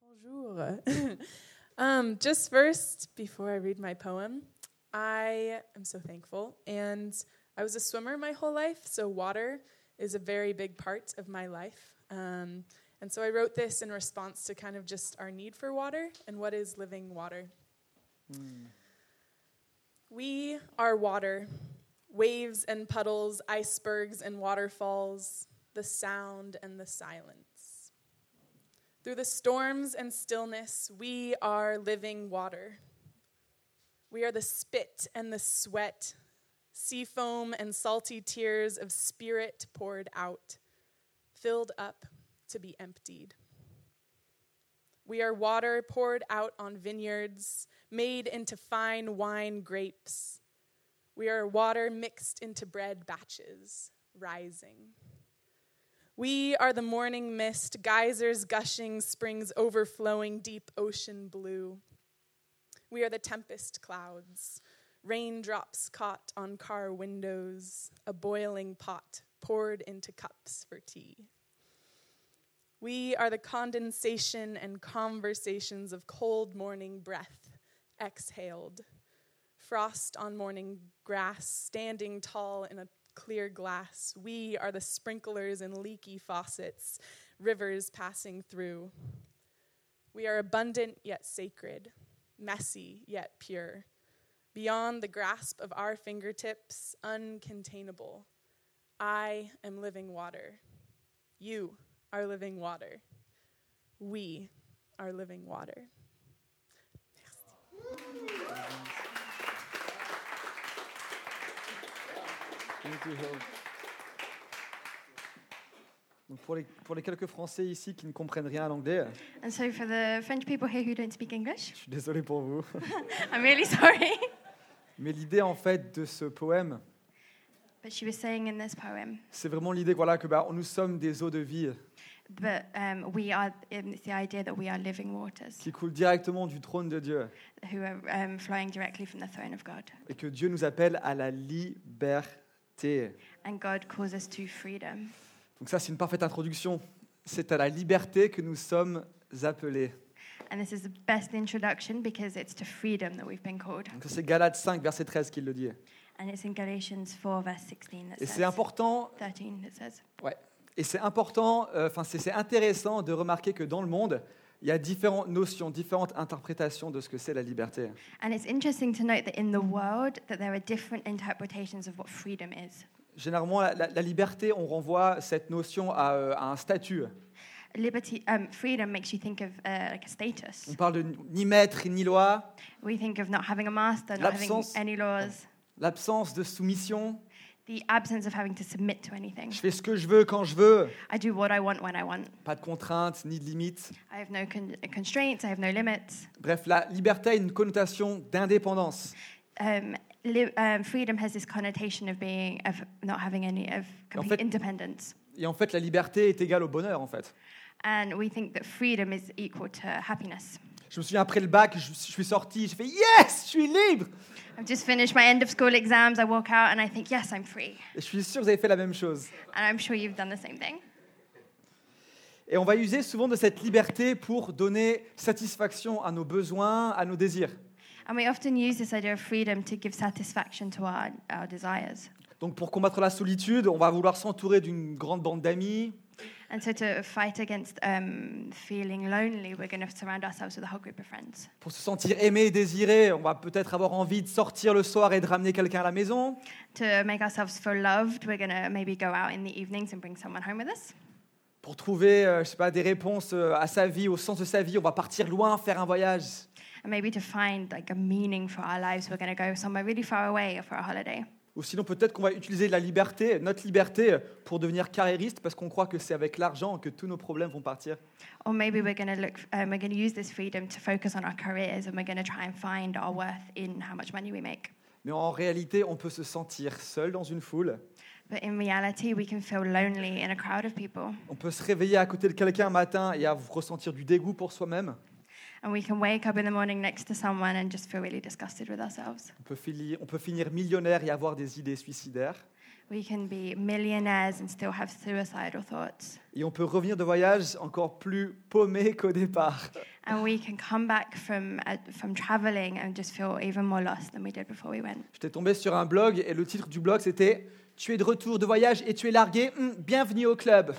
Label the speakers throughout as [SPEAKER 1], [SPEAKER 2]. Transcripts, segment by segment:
[SPEAKER 1] Bonjour. um, just first, before I read my poem, I am so thankful. And I was a swimmer my whole life, so water is a very big part of my life. Um, and so I wrote this in response to kind of just our need for water and what is living water. We are water waves and puddles, icebergs and waterfalls, the sound and the silence. Through the storms and stillness, we are living water. We are the spit and the sweat, sea foam and salty tears of spirit poured out, filled up to be emptied. We are water poured out on vineyards, made into fine wine grapes. We are water mixed into bread batches, rising. We are the morning mist, geysers gushing, springs overflowing, deep ocean blue. We are the tempest clouds, raindrops caught on car windows, a boiling pot poured into cups for tea. We are the condensation and conversations of cold morning breath exhaled, frost on morning grass, standing tall in a clear glass. We are the sprinklers and leaky faucets, rivers passing through. We are abundant yet sacred, messy yet pure, beyond the grasp of our fingertips, uncontainable. I am living water. You are living water. We are living water.
[SPEAKER 2] Thank you, Hill. Donc pour, les, pour les quelques Français ici qui ne comprennent rien à l'anglais,
[SPEAKER 3] And so, for the French people here who don't speak English,
[SPEAKER 2] je suis désolé pour vous.
[SPEAKER 3] I'm really sorry.
[SPEAKER 2] Mais l'idée en fait de ce poème,
[SPEAKER 3] But she was saying in this poem,
[SPEAKER 2] c'est vraiment l'idée voilà, que bah, nous sommes des eaux de vie
[SPEAKER 3] but um, we are, um, it's the idea that we are living waters
[SPEAKER 2] qui coulent directement du trône de Dieu
[SPEAKER 3] who are um, flowing directly from the throne of God.
[SPEAKER 2] et que Dieu nous appelle à la liberté.
[SPEAKER 3] And God calls us to freedom.
[SPEAKER 2] Donc ça, c'est une parfaite introduction. C'est à la liberté que nous sommes appelés.
[SPEAKER 3] And this is the best introduction because it's to freedom that we've been called.
[SPEAKER 2] Donc ça, c'est Galates 5, verset 13 qui le dit.
[SPEAKER 3] And it's in Galatians 4, verse 16
[SPEAKER 2] Et
[SPEAKER 3] that
[SPEAKER 2] c'est
[SPEAKER 3] says,
[SPEAKER 2] important
[SPEAKER 3] 13 that says,
[SPEAKER 2] Et c'est important, euh, enfin c'est c'est intéressant de remarquer que dans le monde, il y a différentes notions, différentes interprétations de ce que c'est la liberté.
[SPEAKER 3] and it's interesting to note that in the world that there are different interpretations of what freedom is.
[SPEAKER 2] Généralement, la, la- la liberté, on renvoie cette notion à, euh, à un statut.
[SPEAKER 3] Liberty, um, freedom makes you think of uh, like a status.
[SPEAKER 2] On parle de ni maître ni loi,
[SPEAKER 3] We think of not having a master, not having
[SPEAKER 2] L'absence-
[SPEAKER 3] any laws,
[SPEAKER 2] l'absence de soumission.
[SPEAKER 3] the absence of having to submit to anything.
[SPEAKER 2] Je fais ce que je veux quand je veux.
[SPEAKER 3] I do what I want when I want.
[SPEAKER 2] Pas de contraintes ni de limites.
[SPEAKER 3] I have no con- constraints, I have no limits.
[SPEAKER 2] Bref, la liberté a une connotation d'indépendance.
[SPEAKER 3] Um, li- um, freedom has this connotation of being, of not having any, of complete
[SPEAKER 2] fait-
[SPEAKER 3] independence.
[SPEAKER 2] Et en fait, la liberté est égale au bonheur, en fait.
[SPEAKER 3] And we think that freedom is equal to happiness.
[SPEAKER 2] Je me souviens, après le bac, je, je suis sorti, j'ai fait « Yes, je suis libre !»
[SPEAKER 3] I've just finished my end of school exams, I walk out and I think, yes, I'm free.
[SPEAKER 2] Et je suis sûr que vous avez fait la même chose.
[SPEAKER 3] And I'm sure you've done the same thing.
[SPEAKER 2] Et on va user souvent de cette liberté pour donner satisfaction à nos besoins, à nos désirs.
[SPEAKER 3] And we often use this idea of freedom to give satisfaction to our, our desires.
[SPEAKER 2] Donc pour combattre la solitude, on va vouloir s'entourer d'une grande bande d'amis.
[SPEAKER 3] And so, to fight against um, feeling lonely, we're going to surround ourselves with a whole group of friends.
[SPEAKER 2] Pour se sentir aimé et désiré, on va peut-être avoir envie de sortir le soir et de ramener quelqu'un à la maison.
[SPEAKER 3] To make ourselves feel loved, we're going to maybe go out in the evenings and bring someone home with us.
[SPEAKER 2] Pour trouver, euh, je sais pas, des réponses euh, à sa vie, au sens de sa vie, on va partir loin, faire un voyage.
[SPEAKER 3] And maybe to find like a meaning for our lives, we're going to go somewhere really far away for a holiday.
[SPEAKER 2] Ou sinon peut-être qu'on va utiliser la liberté, notre liberté, pour devenir carriériste parce qu'on croit que c'est avec l'argent que tous nos problèmes vont partir.
[SPEAKER 3] Or maybe we're going to look, um, we're going to use this freedom to focus on our careers, and we're going to try and find our worth in how much money we make.
[SPEAKER 2] Mais en réalité, on peut se sentir seul dans une foule.
[SPEAKER 3] But in reality, we can feel lonely in a crowd of people,
[SPEAKER 2] On peut se réveiller à côté de quelqu'un un matin et à ressentir du dégoût pour soi-même.
[SPEAKER 3] and we can wake up in the morning next to someone and just feel really disgusted with ourselves.
[SPEAKER 2] On peut, fili- on peut finir millionnaire et avoir des idées suicidaires.
[SPEAKER 3] We can be millionaires and still have suicidal thoughts.
[SPEAKER 2] Et on peut revenir de voyage encore plus paumé qu'au départ.
[SPEAKER 3] And we can come back from, uh, from traveling and just feel even more lost than we did before we went.
[SPEAKER 2] J'étais tombé sur un blog et le titre du blog c'était Tu es de retour de voyage et tu es largué, Hum, bienvenue au club.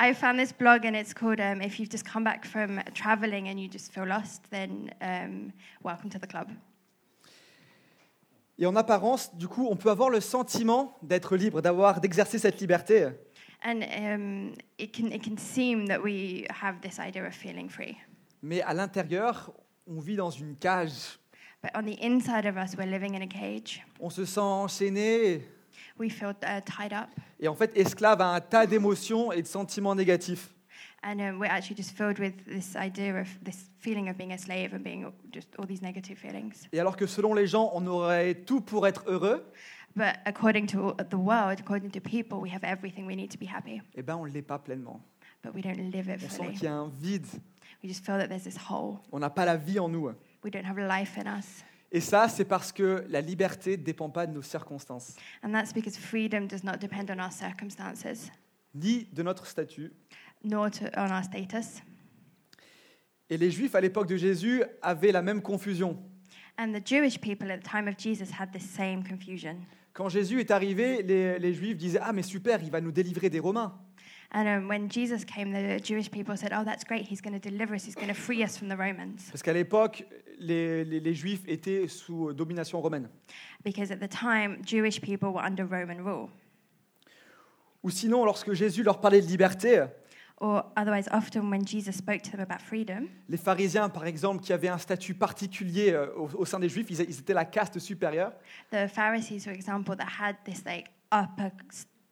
[SPEAKER 3] I found this blog and it's called um, If You've Just Come Back From Traveling and You Just Feel Lost, then um, welcome to the club.
[SPEAKER 2] Et en apparence, du coup, on peut avoir le sentiment d'être libre, d'avoir d'exercer cette liberté.
[SPEAKER 3] And um, it, can, it can seem that we have this idea of feeling free.
[SPEAKER 2] Mais à l'intérieur, on vit dans une cage.
[SPEAKER 3] But on the inside of us, we're living in a cage.
[SPEAKER 2] On se sent enchaîné
[SPEAKER 3] We feel uh, tied up.
[SPEAKER 2] et en fait esclave à un tas d'émotions et de sentiments négatifs.
[SPEAKER 3] And um, we're actually just filled with this idea of this feeling of being a slave and being just all these negative feelings.
[SPEAKER 2] Et alors que selon les gens, on aurait tout pour être heureux,
[SPEAKER 3] But according to the world, according to people, we have everything we need to be happy,
[SPEAKER 2] eh ben on ne l'est pas pleinement.
[SPEAKER 3] but we don't live it
[SPEAKER 2] On sent
[SPEAKER 3] fully.
[SPEAKER 2] qu'il y a un vide.
[SPEAKER 3] We just feel that there's this hole.
[SPEAKER 2] On n'a pas la vie en nous.
[SPEAKER 3] We don't have life in us.
[SPEAKER 2] Et ça, c'est parce que la liberté ne dépend pas de nos circonstances,
[SPEAKER 3] And that's because freedom does not depend on our circumstances,
[SPEAKER 2] ni de notre statut.
[SPEAKER 3] nor to, on our status.
[SPEAKER 2] Et les Juifs, à l'époque de Jésus, avaient la même confusion.
[SPEAKER 3] And the Jewish people at the time of Jesus had this same confusion.
[SPEAKER 2] Quand Jésus est arrivé, les, les Juifs disaient Ah, mais super, il va nous délivrer des Romains.
[SPEAKER 3] And um, when Jesus came, the Jewish people said, Oh, that's great. He's going to deliver us. He's going to free us from the Romans.
[SPEAKER 2] Parce qu'à l'époque, les, les- les Juifs étaient sous domination romaine.
[SPEAKER 3] Because at the time, Jewish people were under Roman rule.
[SPEAKER 2] Ou sinon, lorsque Jésus leur parlait de liberté,
[SPEAKER 3] Or otherwise, often when Jesus spoke to them about freedom,
[SPEAKER 2] les pharisiens, par exemple, qui avaient un statut particulier euh, au, au sein des Juifs, ils, ils étaient la caste supérieure,
[SPEAKER 3] the Pharisees, for example, that had this like upper,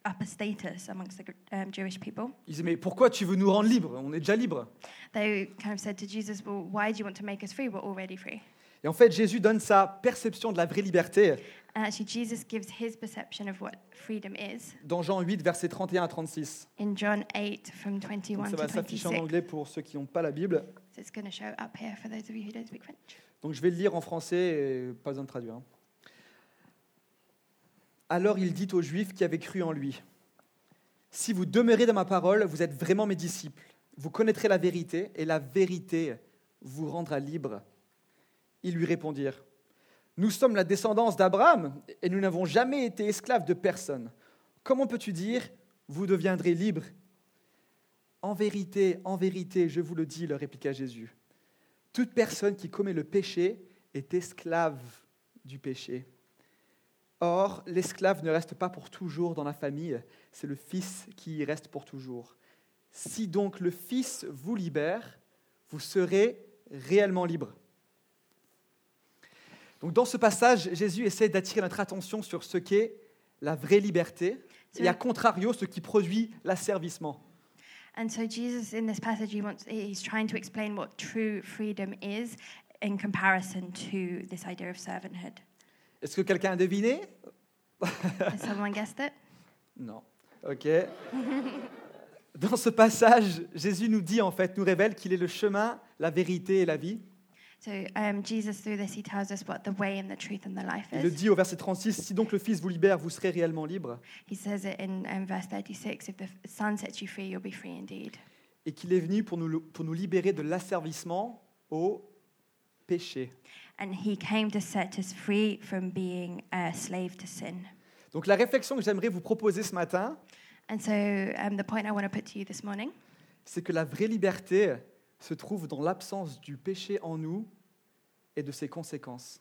[SPEAKER 3] upper status amongst the um, Jewish people,
[SPEAKER 2] ils disaient Mais pourquoi tu veux nous rendre libres On est déjà libres.
[SPEAKER 3] they kind of said to Jesus, Well, why do you want to make us free? We're already free.
[SPEAKER 2] Et en fait, Jésus donne sa perception de la vraie liberté
[SPEAKER 3] And actually, Jesus gives his perception of what freedom is
[SPEAKER 2] dans Jean 8, versets 31 à 36.
[SPEAKER 3] in John 8 from
[SPEAKER 2] Donc
[SPEAKER 3] 21
[SPEAKER 2] ça
[SPEAKER 3] to
[SPEAKER 2] va s'afficher en
[SPEAKER 3] 26.
[SPEAKER 2] anglais pour ceux qui n'ont pas la Bible.
[SPEAKER 3] So it's going to show up here for those of you who don't speak French.
[SPEAKER 2] Donc je vais le lire en français, et pas besoin de traduire. hein. Alors il dit aux Juifs qui avaient cru en lui, Si vous demeurez dans ma parole, vous êtes vraiment mes disciples. Vous connaîtrez la vérité, et la vérité vous rendra libre. Ils lui répondirent, Nous sommes la descendance d'Abraham, et nous n'avons jamais été esclaves de personne. Comment peux-tu dire, vous deviendrez libres En vérité, en vérité, je vous le dis, leur répliqua Jésus. Toute personne qui commet le péché est esclave du péché. Or, l'esclave ne reste pas pour toujours dans la famille, c'est le Fils qui y reste pour toujours. Si donc le Fils vous libère, vous serez réellement libre. Donc dans ce passage, Jésus essaie d'attirer notre attention sur ce qu'est la vraie liberté et à contrario ce qui produit l'asservissement.
[SPEAKER 3] And so Jesus, in this passage, he wants, he's trying to explain what true freedom is in comparison to this idea of servanthood.
[SPEAKER 2] Est-ce que quelqu'un a deviné
[SPEAKER 3] Has someone guessed it?
[SPEAKER 2] Non. Ok. Dans ce passage, Jésus nous dit en fait, nous révèle qu'il est le chemin, la vérité et la vie.
[SPEAKER 3] So um, Jesus, through this, he tells us what the way and the truth and the life
[SPEAKER 2] Il le
[SPEAKER 3] is.
[SPEAKER 2] dit au verset 36, si donc le Fils vous libère, vous serez réellement libre,
[SPEAKER 3] He says it in um, verse 36 if the Son sets you free, you'll be free indeed.
[SPEAKER 2] et qu'il est venu pour nous, pour nous libérer de l'asservissement au péché.
[SPEAKER 3] And he came to set us free from being a slave to sin.
[SPEAKER 2] Donc la réflexion que j'aimerais vous proposer ce matin,
[SPEAKER 3] And so um, the point I want to put to you this morning
[SPEAKER 2] c'est que la vraie liberté se trouve dans l'absence du péché en nous et de ses conséquences.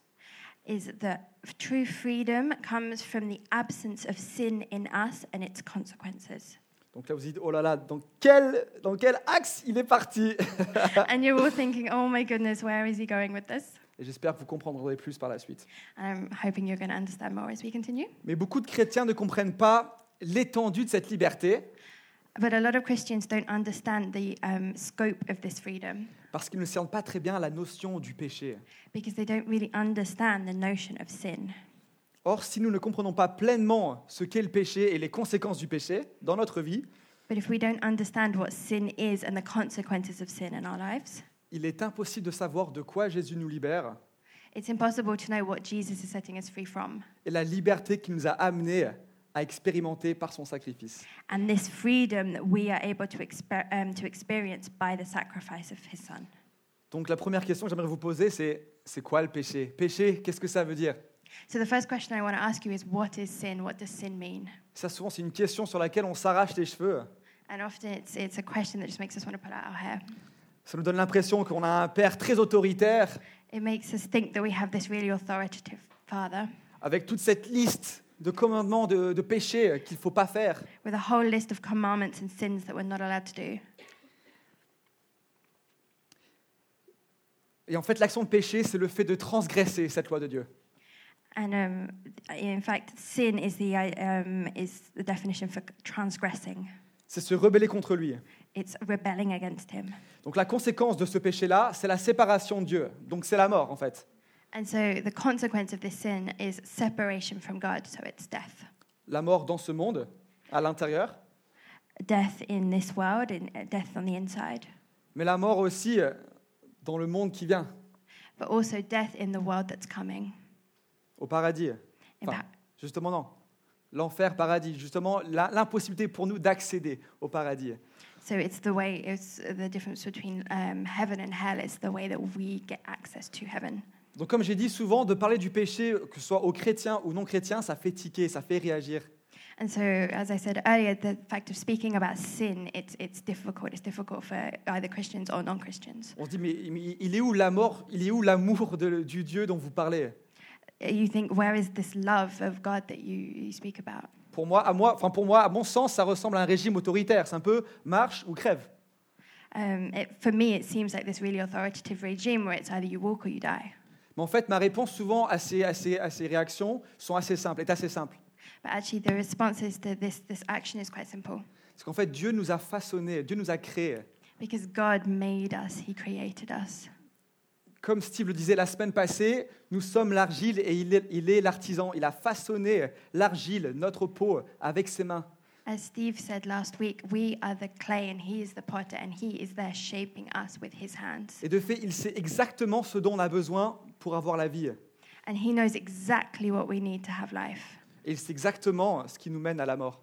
[SPEAKER 3] is that true freedom comes from the absence of sin in us and its consequences.
[SPEAKER 2] Donc là vous dites, oh là là, dans quel, dans quel axe il est parti
[SPEAKER 3] and you're all thinking, oh my goodness, where is he going with this?
[SPEAKER 2] Et j'espère que vous comprendrez plus par la suite.
[SPEAKER 3] I'm hoping you're going to understand more as we continue.
[SPEAKER 2] Mais beaucoup de chrétiens ne comprennent pas l'étendue de cette liberté
[SPEAKER 3] But a lot of Christians don't understand the um, scope of this freedom
[SPEAKER 2] parce qu'ils ne servent pas très bien la notion du péché.
[SPEAKER 3] because they don't really understand the notion of sin.
[SPEAKER 2] Or, si nous ne comprenons pas pleinement ce qu'est le péché et les conséquences du péché dans notre vie,
[SPEAKER 3] But if we don't understand what sin is and the consequences of sin in our lives,
[SPEAKER 2] il est impossible de savoir de quoi Jésus nous libère
[SPEAKER 3] it's impossible to know what Jesus is setting us free from.
[SPEAKER 2] et la liberté qu'il nous a amenés à expérimenter par son sacrifice.
[SPEAKER 3] And this freedom that we are able to, exper- um, to experience by the sacrifice of his son.
[SPEAKER 2] Donc la première question que j'aimerais vous poser, c'est c'est quoi le péché Péché, qu'est-ce que ça veut dire
[SPEAKER 3] So, the first question I want to ask you is what is sin? What does sin mean?
[SPEAKER 2] Ça souvent c'est une question sur laquelle on s'arrache les cheveux.
[SPEAKER 3] And often it's, it's a question that just makes us want to pull out our hair.
[SPEAKER 2] Ça nous donne l'impression qu'on a un père très autoritaire,
[SPEAKER 3] It makes us think that we have this really authoritative father
[SPEAKER 2] avec toute cette liste de commandements de, de péchés qu'il ne faut pas faire.
[SPEAKER 3] with a whole list of commandments and sins that we're not allowed to do.
[SPEAKER 2] Et en fait, l'action de péché, c'est le fait de transgresser cette loi de Dieu.
[SPEAKER 3] And um, in fact, sin is the, uh, um, is the definition for transgressing.
[SPEAKER 2] C'est se rebeller contre lui.
[SPEAKER 3] It's rebelling against him.
[SPEAKER 2] Donc la conséquence de ce péché-là, c'est la séparation de Dieu. Donc c'est la mort, en fait.
[SPEAKER 3] And so the consequence of this sin is separation from God, so it's death.
[SPEAKER 2] La mort dans ce monde, à l'intérieur,
[SPEAKER 3] Death in this world, in, uh, death on the inside,
[SPEAKER 2] mais la mort aussi euh, dans le monde qui vient,
[SPEAKER 3] but also death in the world that's coming.
[SPEAKER 2] au paradis.
[SPEAKER 3] In
[SPEAKER 2] Enfin,
[SPEAKER 3] pa-
[SPEAKER 2] Justement, non. L'enfer, paradis. Justement, la- l'impossibilité pour nous d'accéder au paradis.
[SPEAKER 3] so it's the way, it's the difference between um, heaven and hell, it's the way that we get access to heaven.
[SPEAKER 2] Donc, comme j'ai dit souvent, de parler du péché, que ce soit aux chrétiens ou non chrétiens, ça fait tiquer, ça fait réagir.
[SPEAKER 3] And so, as I said earlier, the fact of speaking about sin, it's, it's difficult. It's difficult for either Christians or non Christians.
[SPEAKER 2] On se dit, mais, mais il est où la mort Il est où l'amour de- du Dieu dont vous parlez
[SPEAKER 3] You think, where is this love of God that you, you speak about?
[SPEAKER 2] Pour moi, à moi, enfin pour moi, à mon sens, ça ressemble à un régime autoritaire. C'est un peu marche ou crève.
[SPEAKER 3] Um, it, for me, it seems like this really authoritative regime where it's either you walk or you die.
[SPEAKER 2] Mais en fait, ma réponse souvent à ces, à ces- à ces réactions sont assez simples, est assez simple.
[SPEAKER 3] But actually, the responses to this, this action is quite simple
[SPEAKER 2] Parce qu'en fait, Dieu nous a façonnés, Dieu nous a créés.
[SPEAKER 3] because God made us, He created us.
[SPEAKER 2] Comme Steve le disait la semaine passée, nous sommes l'argile et il est- il est l'artisan. Il a façonné l'argile, notre peau, avec ses mains.
[SPEAKER 3] As Steve said last week, we are the clay and He is the potter, and He is there shaping us with His hands.
[SPEAKER 2] Et de fait, il sait exactement ce dont on a besoin pour avoir la vie.
[SPEAKER 3] And He knows exactly what we need to have life.
[SPEAKER 2] Et il sait exactement ce qui nous mène à la mort.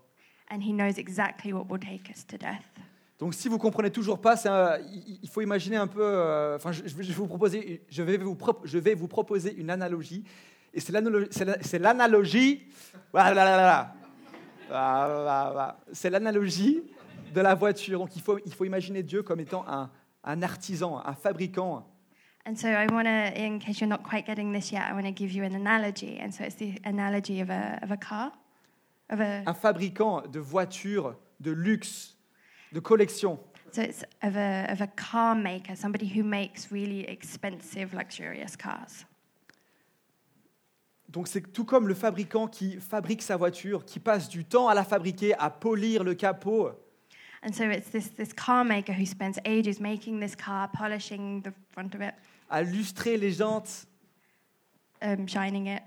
[SPEAKER 3] and he knows exactly what will take us to death.
[SPEAKER 2] Donc si vous comprenez toujours pas, c'est un- il il faut imaginer un peu. euh, Enfin, je, je vais je vais vous proposer, je vais vous, prop- je vais vous proposer une analogie. Et c'est l'analo- c'est la- c'est l'analogie. voilà, là, là, là. Voilà, voilà, voilà. C'est l'analogie de la voiture. Donc il faut, il faut imaginer Dieu comme étant un, un artisan, un fabricant.
[SPEAKER 3] And so I want to, in case you're not quite getting this yet, I want to give you an analogy. And so it's the analogy of a, of a car, of a,
[SPEAKER 2] Un fabricant de voitures, de luxe, de collection.
[SPEAKER 3] so it's of a, of a car maker, somebody who makes really expensive, luxurious cars.
[SPEAKER 2] Donc c'est tout comme le fabricant qui fabrique sa voiture, qui passe du temps à la fabriquer, à polir le capot,
[SPEAKER 3] And so it's this, this car maker who spends ages making this car, polishing the front of it,
[SPEAKER 2] à lustrer les jantes.
[SPEAKER 3] um, shining it.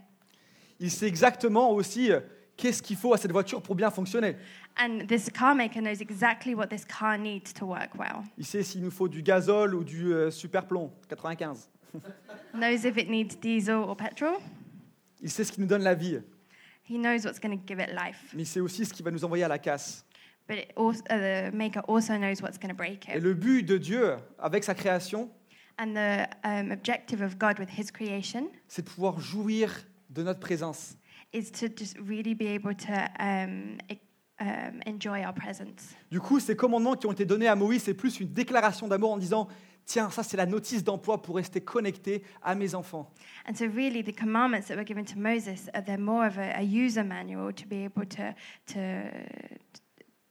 [SPEAKER 2] Il sait exactement aussi euh, qu'est-ce qu'il faut à cette voiture pour bien fonctionner.
[SPEAKER 3] And this car maker knows exactly what this car needs to work well.
[SPEAKER 2] Il sait s'il nous faut du gazole ou du euh, superplomb 95.
[SPEAKER 3] Knows if it needs diesel or petrol.
[SPEAKER 2] Il sait ce qui nous donne la vie,
[SPEAKER 3] He knows what's going to give it life.
[SPEAKER 2] mais il sait aussi ce qui va nous envoyer à la casse.
[SPEAKER 3] But it also, uh, the maker also knows what's going to break
[SPEAKER 2] Et
[SPEAKER 3] it.
[SPEAKER 2] le but de Dieu avec sa création,
[SPEAKER 3] And the um, objective of God with his creation
[SPEAKER 2] c'est de pouvoir jouir de notre présence.
[SPEAKER 3] is to just really be able to um, e- um, enjoy our presence.
[SPEAKER 2] Du coup, ces commandements qui ont été donnés à Moïse, c'est plus une déclaration d'amour en disant Tiens, ça c'est la notice d'emploi pour rester connecté à mes enfants.
[SPEAKER 3] And so, really, the commandments that were given to Moses are they're more of a, a user manual to be able to, to,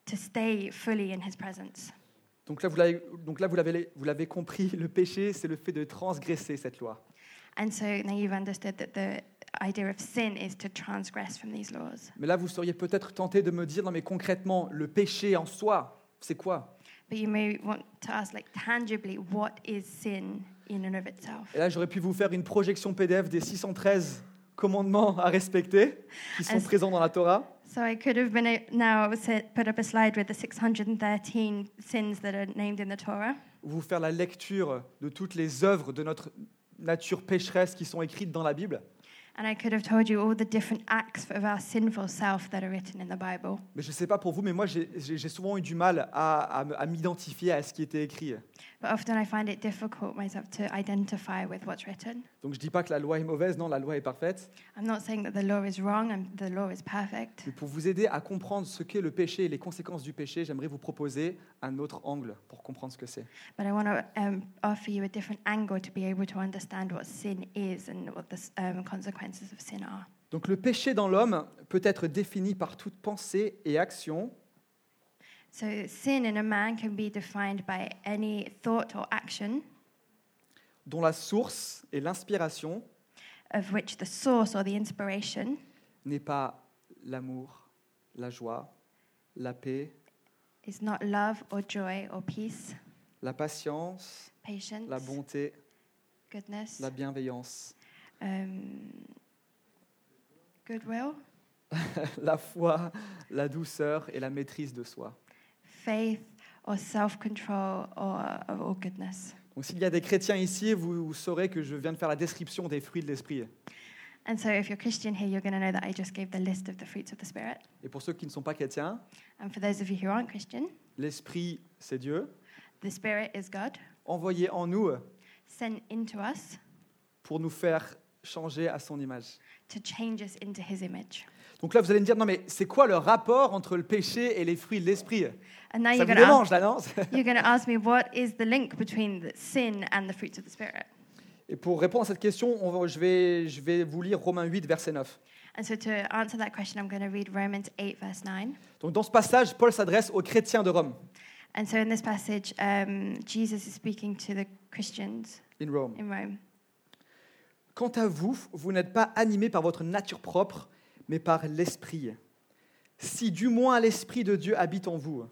[SPEAKER 3] to stay fully in his presence.
[SPEAKER 2] Donc là, vous l'avez- donc là, vous l'avez vous l'avez compris, le péché, c'est le fait de transgresser cette loi.
[SPEAKER 3] And so, now you've understood that the idea of sin is to transgress from these laws.
[SPEAKER 2] Mais là, vous seriez peut-être tenté de me dire, non mais concrètement, le péché en soi, c'est quoi
[SPEAKER 3] But you may want to ask, like, tangibly, what is sin in and of itself?
[SPEAKER 2] Et là, j'aurais pu vous faire une projection PDF des 613 commandements à respecter qui sont
[SPEAKER 3] Est-ce-
[SPEAKER 2] présents dans la Torah.
[SPEAKER 3] So I could have been a, now sa- put up a slide with the 613 sins that are named in the Torah,
[SPEAKER 2] Vous faire la lecture de toutes les œuvres de notre, natures pécheresses qui sont écrites dans la Bible,
[SPEAKER 3] And I could have told you all the different acts of our sinful self that are written in the Bible.
[SPEAKER 2] mais je ne sais pas pour vous, mais moi j'ai- j'ai j'ai souvent eu du mal à, à me- à m'identifier à ce qui était écrit.
[SPEAKER 3] But often I find it difficult myself to identify with what's written.
[SPEAKER 2] Donc je ne dis pas que la loi est mauvaise, non, la loi est parfaite.
[SPEAKER 3] I'm not saying that the law is wrong and the law is perfect.
[SPEAKER 2] Mais pour vous aider à comprendre ce qu'est le péché et les conséquences du péché, j'aimerais vous proposer un autre angle pour comprendre ce que c'est.
[SPEAKER 3] But I want to um, offer you a different angle to be able to understand what sin is and what the s- um, consequences of sin are.
[SPEAKER 2] Donc le péché dans l'homme peut être défini par toute pensée et action
[SPEAKER 3] So, sin in a man can be defined by any thought or action
[SPEAKER 2] dont la source et l'inspiration
[SPEAKER 3] of which the source or the inspiration
[SPEAKER 2] n'est pas l'amour, la joie, la paix,
[SPEAKER 3] is not love or joy or peace,
[SPEAKER 2] la patience,
[SPEAKER 3] patience,
[SPEAKER 2] la bonté,
[SPEAKER 3] goodness,
[SPEAKER 2] la bienveillance,
[SPEAKER 3] um, goodwill,
[SPEAKER 2] la foi, la douceur et la maîtrise de soi.
[SPEAKER 3] faith, or self control or, or goodness.
[SPEAKER 2] Donc s'il y a des chrétiens ici, vous, vous saurez que je viens de faire la description des fruits de l'esprit.
[SPEAKER 3] And so, if you're Christian here, you're going to know that I just gave the list of the fruits of the Spirit.
[SPEAKER 2] Et pour ceux qui ne sont pas chrétiens,
[SPEAKER 3] And for those of you who aren't Christian,
[SPEAKER 2] l'esprit, c'est Dieu,
[SPEAKER 3] the Spirit is God,
[SPEAKER 2] envoyé en nous
[SPEAKER 3] sent into us
[SPEAKER 2] pour nous faire changer à son image.
[SPEAKER 3] to change us into His image.
[SPEAKER 2] Donc là, vous allez me dire, non mais c'est quoi le rapport entre le péché et les fruits de l'esprit
[SPEAKER 3] And now
[SPEAKER 2] Ça vous
[SPEAKER 3] you're going to
[SPEAKER 2] démange
[SPEAKER 3] ask,
[SPEAKER 2] là, non
[SPEAKER 3] you're going to ask me what is the link between the sin and the fruits of the Spirit.
[SPEAKER 2] Et pour répondre à cette question, on va- je, vais, je vais vous lire Romains 8, verset 9.
[SPEAKER 3] And so, to answer that question, I'm going to read Romans 8, verse 9.
[SPEAKER 2] Donc dans ce passage, Paul s'adresse aux chrétiens de Rome.
[SPEAKER 3] And so, in this passage, um, Jesus is speaking to the Christians
[SPEAKER 2] In Rome.
[SPEAKER 3] in Rome.
[SPEAKER 2] Quant à vous, vous n'êtes pas animés par votre nature propre, mais par l'Esprit. Si du moins l'Esprit de Dieu habite en vous,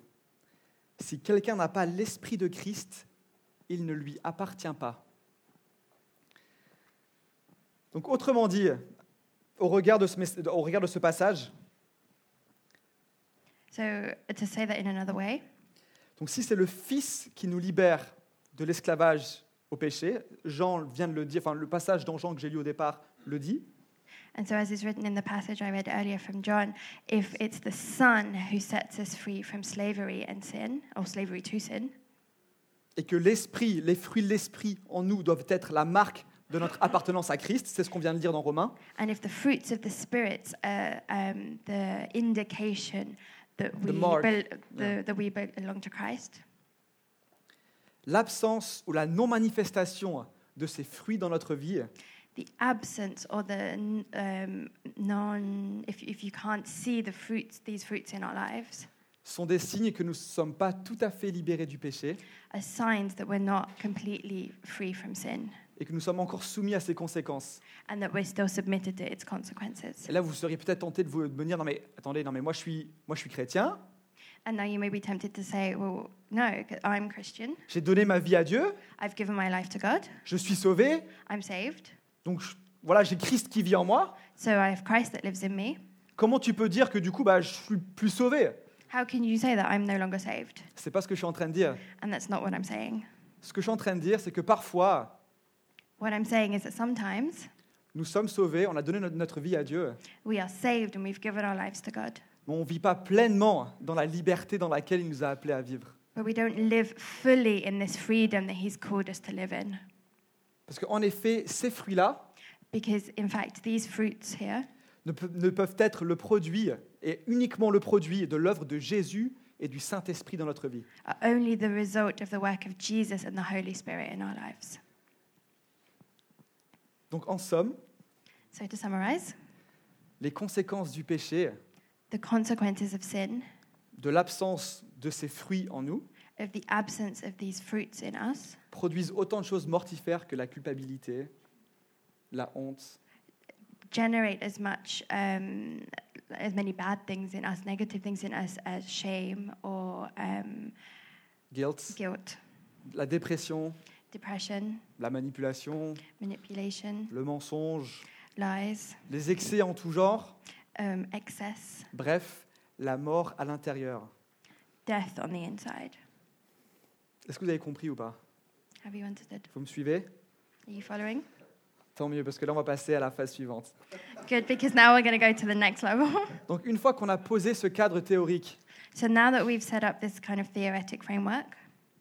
[SPEAKER 2] si quelqu'un n'a pas l'Esprit de Christ, il ne lui appartient pas. Donc autrement dit, au regard de ce, mess- au regard de ce passage,
[SPEAKER 3] So, uh, to say that in another way,
[SPEAKER 2] donc si c'est le Fils qui nous libère de l'esclavage au péché, Jean vient de le dire, enfin le passage dans Jean que j'ai lu au départ le dit,
[SPEAKER 3] and so as is written in the passage I read earlier from John, if it's the Son who sets us free from slavery and sin, or slavery to sin,
[SPEAKER 2] et que l'esprit, les fruits de l'esprit en nous doivent être la marque de notre appartenance à Christ, c'est ce qu'on vient de lire dans Romains,
[SPEAKER 3] And if the fruits of the spirits are um, the indication that we,
[SPEAKER 2] The mark,
[SPEAKER 3] bel- the,
[SPEAKER 2] yeah.
[SPEAKER 3] that we belong to Christ,
[SPEAKER 2] l'absence ou la non-manifestation de ces fruits dans notre vie
[SPEAKER 3] the absence or the um, non, if, if you can't see the fruits, these fruits in our lives,
[SPEAKER 2] sont des signes que nous ne sommes pas tout à fait libérés du péché
[SPEAKER 3] are signs that we're not completely free from sin
[SPEAKER 2] et que nous sommes encore soumis à ses conséquences.
[SPEAKER 3] and that we're still submitted to its consequences.
[SPEAKER 2] Et là, vous seriez peut-être tenté de, vous, de me dire, non mais attendez, non mais moi je suis, moi, je suis chrétien,
[SPEAKER 3] And now you may be tempted to say, well, no, 'cause I'm Christian.
[SPEAKER 2] j'ai donné ma vie à Dieu,
[SPEAKER 3] I've given my life to God.
[SPEAKER 2] je suis sauvé,
[SPEAKER 3] I'm saved.
[SPEAKER 2] donc je- voilà, j'ai Christ qui vit en moi.
[SPEAKER 3] So I have Christ that lives in me.
[SPEAKER 2] Comment tu peux dire que du coup, bah, je suis plus sauvé
[SPEAKER 3] How can you say that I'm no longer saved?
[SPEAKER 2] C'est pas ce que je suis en train de dire.
[SPEAKER 3] And that's not what I'm saying.
[SPEAKER 2] Ce que je suis en train de dire, c'est que parfois,
[SPEAKER 3] What I'm saying is that sometimes
[SPEAKER 2] nous sommes sauvés, on a donné notre- notre vie à Dieu,
[SPEAKER 3] we are saved and we've given our lives to God,
[SPEAKER 2] mais on ne vit pas pleinement dans la liberté dans laquelle il nous a appelés à vivre.
[SPEAKER 3] but we don't live fully in this freedom that He's called us to live in.
[SPEAKER 2] Parce qu'en effet, ces fruits-là
[SPEAKER 3] Because, in fact, these fruits here
[SPEAKER 2] ne, pe- ne peuvent être le produit, et uniquement le produit, de l'œuvre de Jésus et du Saint-Esprit dans notre vie.
[SPEAKER 3] are only the result of the work of Jesus and the Holy Spirit in our lives.
[SPEAKER 2] Donc en somme,
[SPEAKER 3] So, to summarize,
[SPEAKER 2] les conséquences du péché,
[SPEAKER 3] the consequences of sin,
[SPEAKER 2] de l'absence de ces fruits en nous,
[SPEAKER 3] of the absence of these fruits in us,
[SPEAKER 2] produisent autant de choses mortifères que la culpabilité, la honte,
[SPEAKER 3] generate as much, um, as many bad things in us, negative things in us as shame or um,
[SPEAKER 2] guilt,
[SPEAKER 3] guilt,
[SPEAKER 2] la dépression,
[SPEAKER 3] depression,
[SPEAKER 2] la manipulation,
[SPEAKER 3] manipulation,
[SPEAKER 2] le mensonge,
[SPEAKER 3] lies,
[SPEAKER 2] les excès en tout genre,
[SPEAKER 3] um, excess,
[SPEAKER 2] bref, la mort à l'intérieur.
[SPEAKER 3] death on the inside.
[SPEAKER 2] Est-ce que vous avez compris ou pas
[SPEAKER 3] Have you understood?
[SPEAKER 2] Vous me suivez
[SPEAKER 3] Are you following?
[SPEAKER 2] Tant mieux, parce que là, on va passer à la phase suivante.
[SPEAKER 3] Good, because now we're going to go to the next level.
[SPEAKER 2] Donc, une fois qu'on a posé ce cadre théorique
[SPEAKER 3] so now that we've set up this kind of theoretic framework,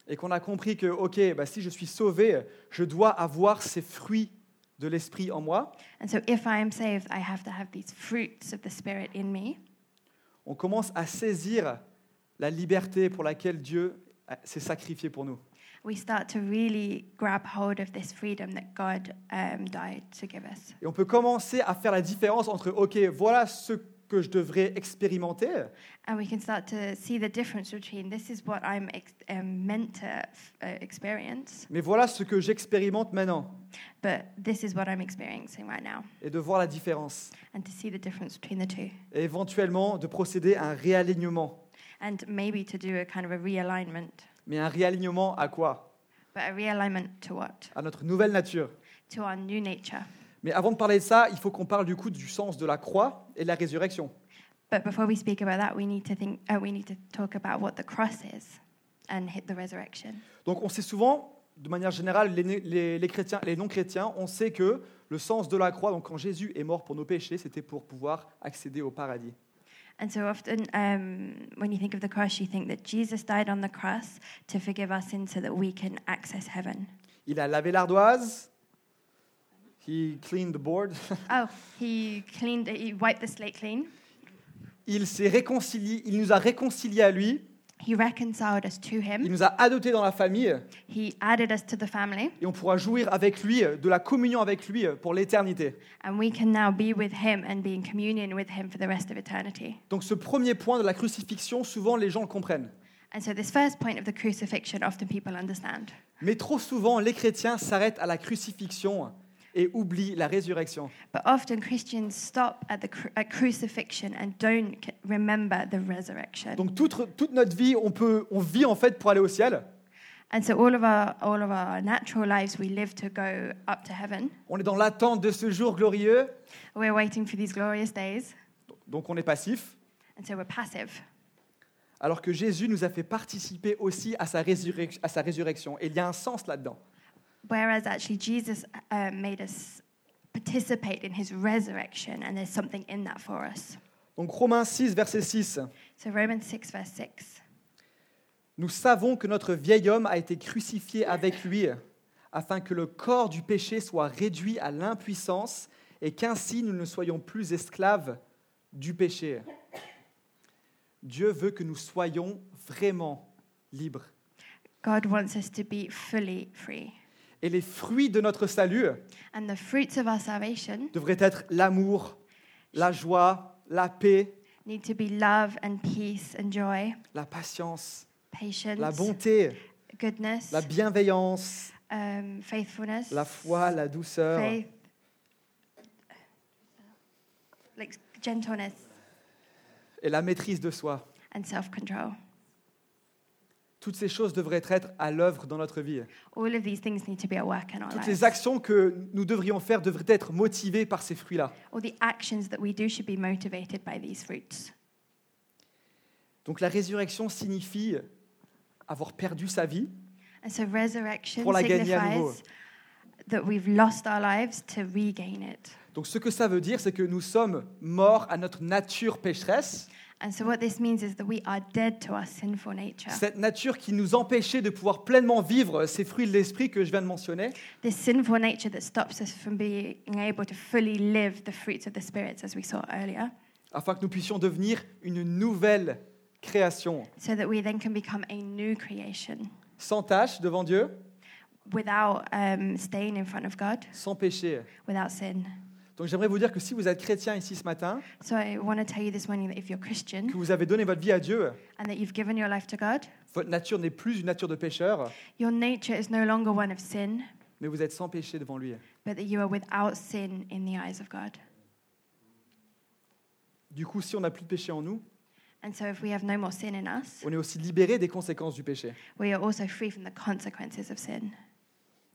[SPEAKER 2] et qu'on a compris que, OK, bah, si je suis sauvé, je dois avoir ces fruits de l'esprit en moi,
[SPEAKER 3] and so if I am saved, I have to have these fruits of the Spirit in me,
[SPEAKER 2] on commence à saisir la liberté pour laquelle Dieu euh, s'est sacrifié pour nous.
[SPEAKER 3] we start to really grab hold of this freedom that God um, died to give us.
[SPEAKER 2] Et on peut commencer à faire la différence entre, OK, voilà ce que je devrais expérimenter,
[SPEAKER 3] And we can start to see the difference between this is what I'm ex- um, meant to f- uh, experience,
[SPEAKER 2] mais voilà ce que j'expérimente maintenant,
[SPEAKER 3] but this is what I'm experiencing right now,
[SPEAKER 2] et de voir la différence,
[SPEAKER 3] and to see the difference between the two.
[SPEAKER 2] et éventuellement de procéder à un réalignement.
[SPEAKER 3] And maybe to do a kind of a realignment.
[SPEAKER 2] Mais un réalignement à quoi
[SPEAKER 3] But a realignment to what?
[SPEAKER 2] À notre nouvelle nature.
[SPEAKER 3] To our new nature.
[SPEAKER 2] Mais avant de parler de ça, il faut qu'on parle du coup du sens de la croix et de la résurrection.
[SPEAKER 3] But before we speak about that, we need to think. Uh, we need to talk about what the cross is, and hit the resurrection.
[SPEAKER 2] Donc on sait souvent, de manière générale, les, les- les chrétiens, les non-chrétiens, on sait que le sens de la croix, donc quand Jésus est mort pour nos péchés, c'était pour pouvoir accéder au paradis.
[SPEAKER 3] And so often, um, when you think of the cross, you think that Jesus died on the cross to forgive our sins, so that we can access heaven.
[SPEAKER 2] Il a lavé l'ardoise, he cleaned the board,
[SPEAKER 3] Oh, he cleaned. He wiped the slate clean.
[SPEAKER 2] il s'est réconcilié, il nous a réconciliés à lui,
[SPEAKER 3] He reconciled us to
[SPEAKER 2] il
[SPEAKER 3] Him.
[SPEAKER 2] nous a adoptés dans la famille
[SPEAKER 3] He added us to the family,
[SPEAKER 2] et on pourra jouir avec lui euh, de la communion avec lui euh, pour l'éternité.
[SPEAKER 3] and we can now be with Him and be in communion with Him for the rest of eternity.
[SPEAKER 2] Donc ce premier point de la crucifixion, souvent les gens le comprennent.
[SPEAKER 3] And so, this first point of the crucifixion, often people understand.
[SPEAKER 2] Mais trop souvent, les chrétiens s'arrêtent à la crucifixion et oublient la résurrection.
[SPEAKER 3] But often Christians stop at the cru- at crucifixion and don't c- remember the resurrection.
[SPEAKER 2] Donc toute, toute notre vie, on, peut, on vit en fait pour aller au ciel.
[SPEAKER 3] and so all of our all of our natural lives we live to go up to heaven.
[SPEAKER 2] On est dans l'attente de ce jour glorieux,
[SPEAKER 3] We're waiting for these glorious days,
[SPEAKER 2] donc on est passif.
[SPEAKER 3] and so we're passive.
[SPEAKER 2] Alors que Jésus nous a fait participer aussi à sa, résurrec- à sa résurrection. Et il y a un sens là-dedans.
[SPEAKER 3] Whereas actually Jesus uh, made us participate in his resurrection and there's something in that for us.
[SPEAKER 2] Donc Romains 6, verset 6.
[SPEAKER 3] So Romans 6 verse 6.
[SPEAKER 2] Nous savons que notre vieil homme a été crucifié avec lui, afin que le corps du péché soit réduit à l'impuissance et qu'ainsi nous ne soyons plus esclaves du péché. Dieu veut que nous soyons vraiment libres.
[SPEAKER 3] God wants us to be fully free.
[SPEAKER 2] Et les fruits de notre salut
[SPEAKER 3] And the fruits of our salvation
[SPEAKER 2] devraient être l'amour, la joie, la paix,
[SPEAKER 3] need to be love and peace and joy.
[SPEAKER 2] la patience,
[SPEAKER 3] patience,
[SPEAKER 2] la bonté,
[SPEAKER 3] goodness,
[SPEAKER 2] la bienveillance,
[SPEAKER 3] um, faithfulness,
[SPEAKER 2] la foi, la douceur,
[SPEAKER 3] faith, like gentleness
[SPEAKER 2] et la maîtrise de soi.
[SPEAKER 3] and self-control.
[SPEAKER 2] Toutes ces choses devraient être à l'œuvre dans notre vie.
[SPEAKER 3] All of these things need to be at work in our
[SPEAKER 2] Toutes
[SPEAKER 3] lives.
[SPEAKER 2] les actions que nous devrions faire devraient être motivées par ces fruits-là.
[SPEAKER 3] All the actions that we do should be motivated by these fruits.
[SPEAKER 2] Donc la résurrection signifie avoir perdu sa vie
[SPEAKER 3] And so resurrection
[SPEAKER 2] pour la gagner à nouveau.
[SPEAKER 3] signifies that we've lost our lives to regain it.
[SPEAKER 2] Donc ce que ça veut dire, c'est que nous sommes morts à notre nature pécheresse,
[SPEAKER 3] And so what this means is that we are dead to our sinful nature.
[SPEAKER 2] cette nature qui nous empêchait de pouvoir pleinement vivre ces fruits de l'esprit que je viens de mentionner.
[SPEAKER 3] This sinful nature that stops us from being able to fully live the fruits of the spirits as we saw earlier.
[SPEAKER 2] afin que nous puissions devenir une nouvelle création,
[SPEAKER 3] so that we then can become a new creation
[SPEAKER 2] sans tâche devant Dieu,
[SPEAKER 3] without um, staying in front of God,
[SPEAKER 2] sans péché.
[SPEAKER 3] without sin.
[SPEAKER 2] Donc j'aimerais vous dire que si vous êtes chrétien ici ce matin,
[SPEAKER 3] So I want to tell you this morning that if you're
[SPEAKER 2] que
[SPEAKER 3] Christian
[SPEAKER 2] vous avez donné votre vie à Dieu,
[SPEAKER 3] and that you've given your life to God,
[SPEAKER 2] votre nature n'est plus une nature de pécheur,
[SPEAKER 3] your nature is no longer one of sin,
[SPEAKER 2] mais vous êtes sans péché devant lui.
[SPEAKER 3] but that you are without sin in the eyes of God.
[SPEAKER 2] Du coup, si on n'a plus de péché en nous,
[SPEAKER 3] And so if we have no more sin in us,
[SPEAKER 2] on est aussi libéré des conséquences du péché.
[SPEAKER 3] we are also free from the consequences of sin.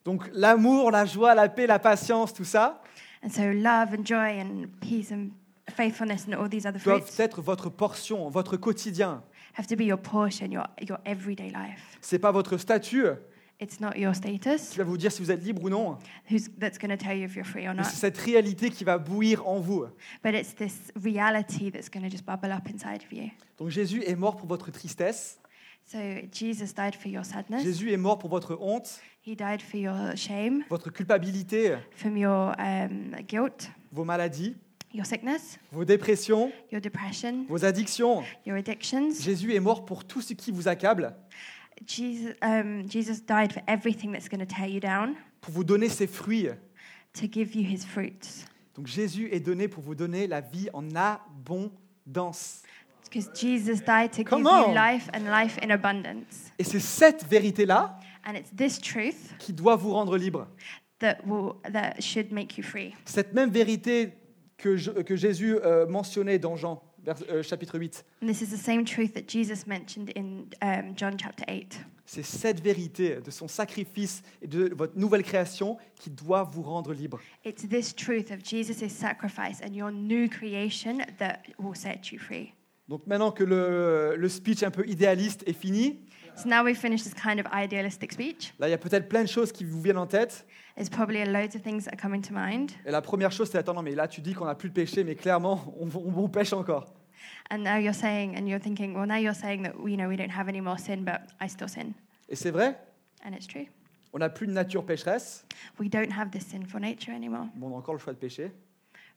[SPEAKER 2] Donc l'amour, la joie, la paix, la patience, tout ça
[SPEAKER 3] And so love and joy and peace and faithfulness and all these other
[SPEAKER 2] doivent
[SPEAKER 3] fruits
[SPEAKER 2] être votre portion, votre quotidien.
[SPEAKER 3] have to be your portion, your, your everyday life.
[SPEAKER 2] C'est pas votre statut,
[SPEAKER 3] It's not your status
[SPEAKER 2] qui va vous dire si vous êtes libre ou non.
[SPEAKER 3] who's, that's going to tell you if you're free or
[SPEAKER 2] Mais
[SPEAKER 3] not,
[SPEAKER 2] c'est cette réalité qui va bouillir en vous.
[SPEAKER 3] but it's this reality that's going to just bubble up inside of you.
[SPEAKER 2] Donc Jésus est mort pour votre tristesse,
[SPEAKER 3] So Jesus died for your sadness.
[SPEAKER 2] Jésus est mort pour votre honte,
[SPEAKER 3] He died for your shame,
[SPEAKER 2] votre culpabilité,
[SPEAKER 3] from your um, guilt,
[SPEAKER 2] vos maladies,
[SPEAKER 3] your sickness,
[SPEAKER 2] vos dépressions,
[SPEAKER 3] your depression,
[SPEAKER 2] vos addictions.
[SPEAKER 3] your addictions.
[SPEAKER 2] Jésus est mort pour tout ce qui vous accable,
[SPEAKER 3] Jesus, um, Jesus died for everything that's going to tear you down
[SPEAKER 2] pour vous donner ses fruits.
[SPEAKER 3] to give you his fruits.
[SPEAKER 2] Donc Jésus est donné pour vous donner la vie en abondance.
[SPEAKER 3] Because Jesus died to
[SPEAKER 2] Come
[SPEAKER 3] give
[SPEAKER 2] on.
[SPEAKER 3] you life and life in abundance.
[SPEAKER 2] Et c'est cette vérité-là
[SPEAKER 3] And it's this truth
[SPEAKER 2] qui doit vous rendre libre.
[SPEAKER 3] that will that should make you free.
[SPEAKER 2] Cette même vérité que, je- que Jésus euh, mentionnait dans Jean, vers- euh, chapitre 8,
[SPEAKER 3] And this is the same truth that Jesus mentioned in um, John chapter 8.
[SPEAKER 2] c'est cette vérité de son sacrifice et de votre nouvelle création qui doit vous rendre libre.
[SPEAKER 3] It's this truth of Jesus' sacrifice and your new creation that will set you free.
[SPEAKER 2] Donc maintenant que le, le speech un peu idéaliste est fini,
[SPEAKER 3] So now we've finished this kind of idealistic speech.
[SPEAKER 2] là il y a peut-être plein de choses qui vous viennent en tête.
[SPEAKER 3] There's probably loads of things that are coming to mind.
[SPEAKER 2] Et la première chose, c'est attends, non, mais là tu dis qu'on n'a plus de péché, mais clairement on, on- on pêche encore.
[SPEAKER 3] And now you're saying, and you're thinking, well, now you're saying that you know we don't have any more sin, but I still sin,
[SPEAKER 2] Et c'est vrai,
[SPEAKER 3] and it's true.
[SPEAKER 2] on n'a plus de nature pécheresse,
[SPEAKER 3] We don't have this sinful nature anymore,
[SPEAKER 2] mais on a encore le choix de pécher.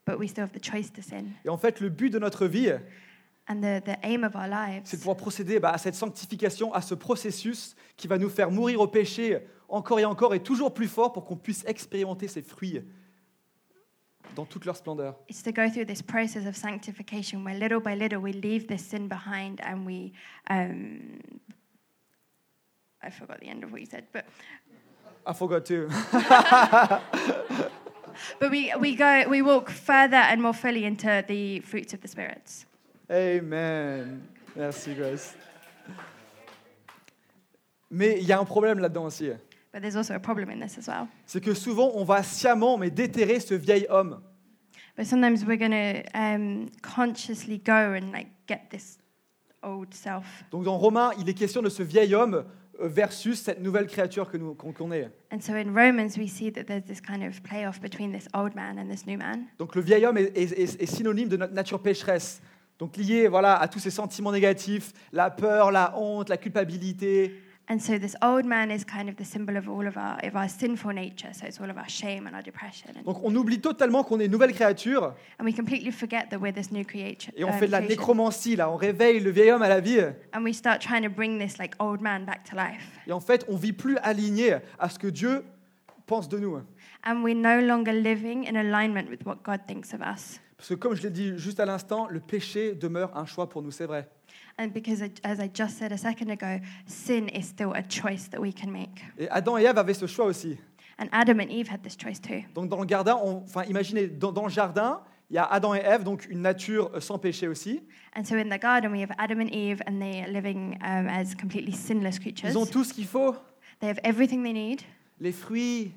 [SPEAKER 3] but we still have the choice to sin.
[SPEAKER 2] Et en fait, le but de notre vie,
[SPEAKER 3] And the, the aim of our
[SPEAKER 2] c'est de
[SPEAKER 3] lives
[SPEAKER 2] pouvoir procéder bah, à cette sanctification, à ce processus qui va nous faire mourir au péché encore et encore et toujours plus fort pour qu'on puisse expérimenter ses fruits dans toute leur splendeur.
[SPEAKER 3] is to go through this process of sanctification, where little by little we leave this sin behind, and we. Um, I forgot the end of what you said, but
[SPEAKER 2] I forgot to.
[SPEAKER 3] but we we go we walk further and more fully into the fruits of the spirits.
[SPEAKER 2] Amen. Merci, Grace. Mais il y a un problème là-dedans aussi.
[SPEAKER 3] But there's also a problem in this as well.
[SPEAKER 2] C'est que souvent, on va sciemment, mais déterrer ce vieil homme.
[SPEAKER 3] But sometimes we're going to um, consciously go and like get this old self.
[SPEAKER 2] Donc dans Romains, il est question de ce vieil homme euh, versus cette nouvelle créature que nous- qu'on qu'on est.
[SPEAKER 3] And so in Romans, we see that there's this kind of playoff between this old man and this new man.
[SPEAKER 2] Donc le vieil homme est, est- est- est synonyme de notre nature pécheresse. Donc lié voilà, à tous ces sentiments négatifs, la peur, la honte, la culpabilité.
[SPEAKER 3] And so this old man is kind of the symbol of all of our, of our sinful nature. So it's all of our shame and our depression. And,
[SPEAKER 2] Donc on oublie totalement qu'on est une nouvelle créature
[SPEAKER 3] and we completely forget that we're this new creature.
[SPEAKER 2] et on
[SPEAKER 3] um,
[SPEAKER 2] fait de la
[SPEAKER 3] creation.
[SPEAKER 2] nécromancie, là, on réveille le vieil homme à la vie.
[SPEAKER 3] And we start trying to bring this like old man back to life.
[SPEAKER 2] Et en fait, on vit plus aligné à ce que Dieu pense de nous.
[SPEAKER 3] And we're no longer living in alignment with what God thinks of us.
[SPEAKER 2] Parce que comme je l'ai dit juste à l'instant, le péché demeure un choix pour nous, c'est vrai.
[SPEAKER 3] And because, I- as I just said a second ago, sin is still a choice that we can make.
[SPEAKER 2] Et Adam et Ève avaient ce choix aussi.
[SPEAKER 3] And Adam and Eve had this choice too.
[SPEAKER 2] Donc dans le jardin, on- enfin imaginez, dans, dans le jardin, il y a Adam et Ève, donc une nature euh, sans péché aussi.
[SPEAKER 3] And so in the garden, we have Adam and Eve, and they are living um, as completely sinless creatures.
[SPEAKER 2] Ils ont tout ce qu'il faut.
[SPEAKER 3] They have everything they need
[SPEAKER 2] Les fruits,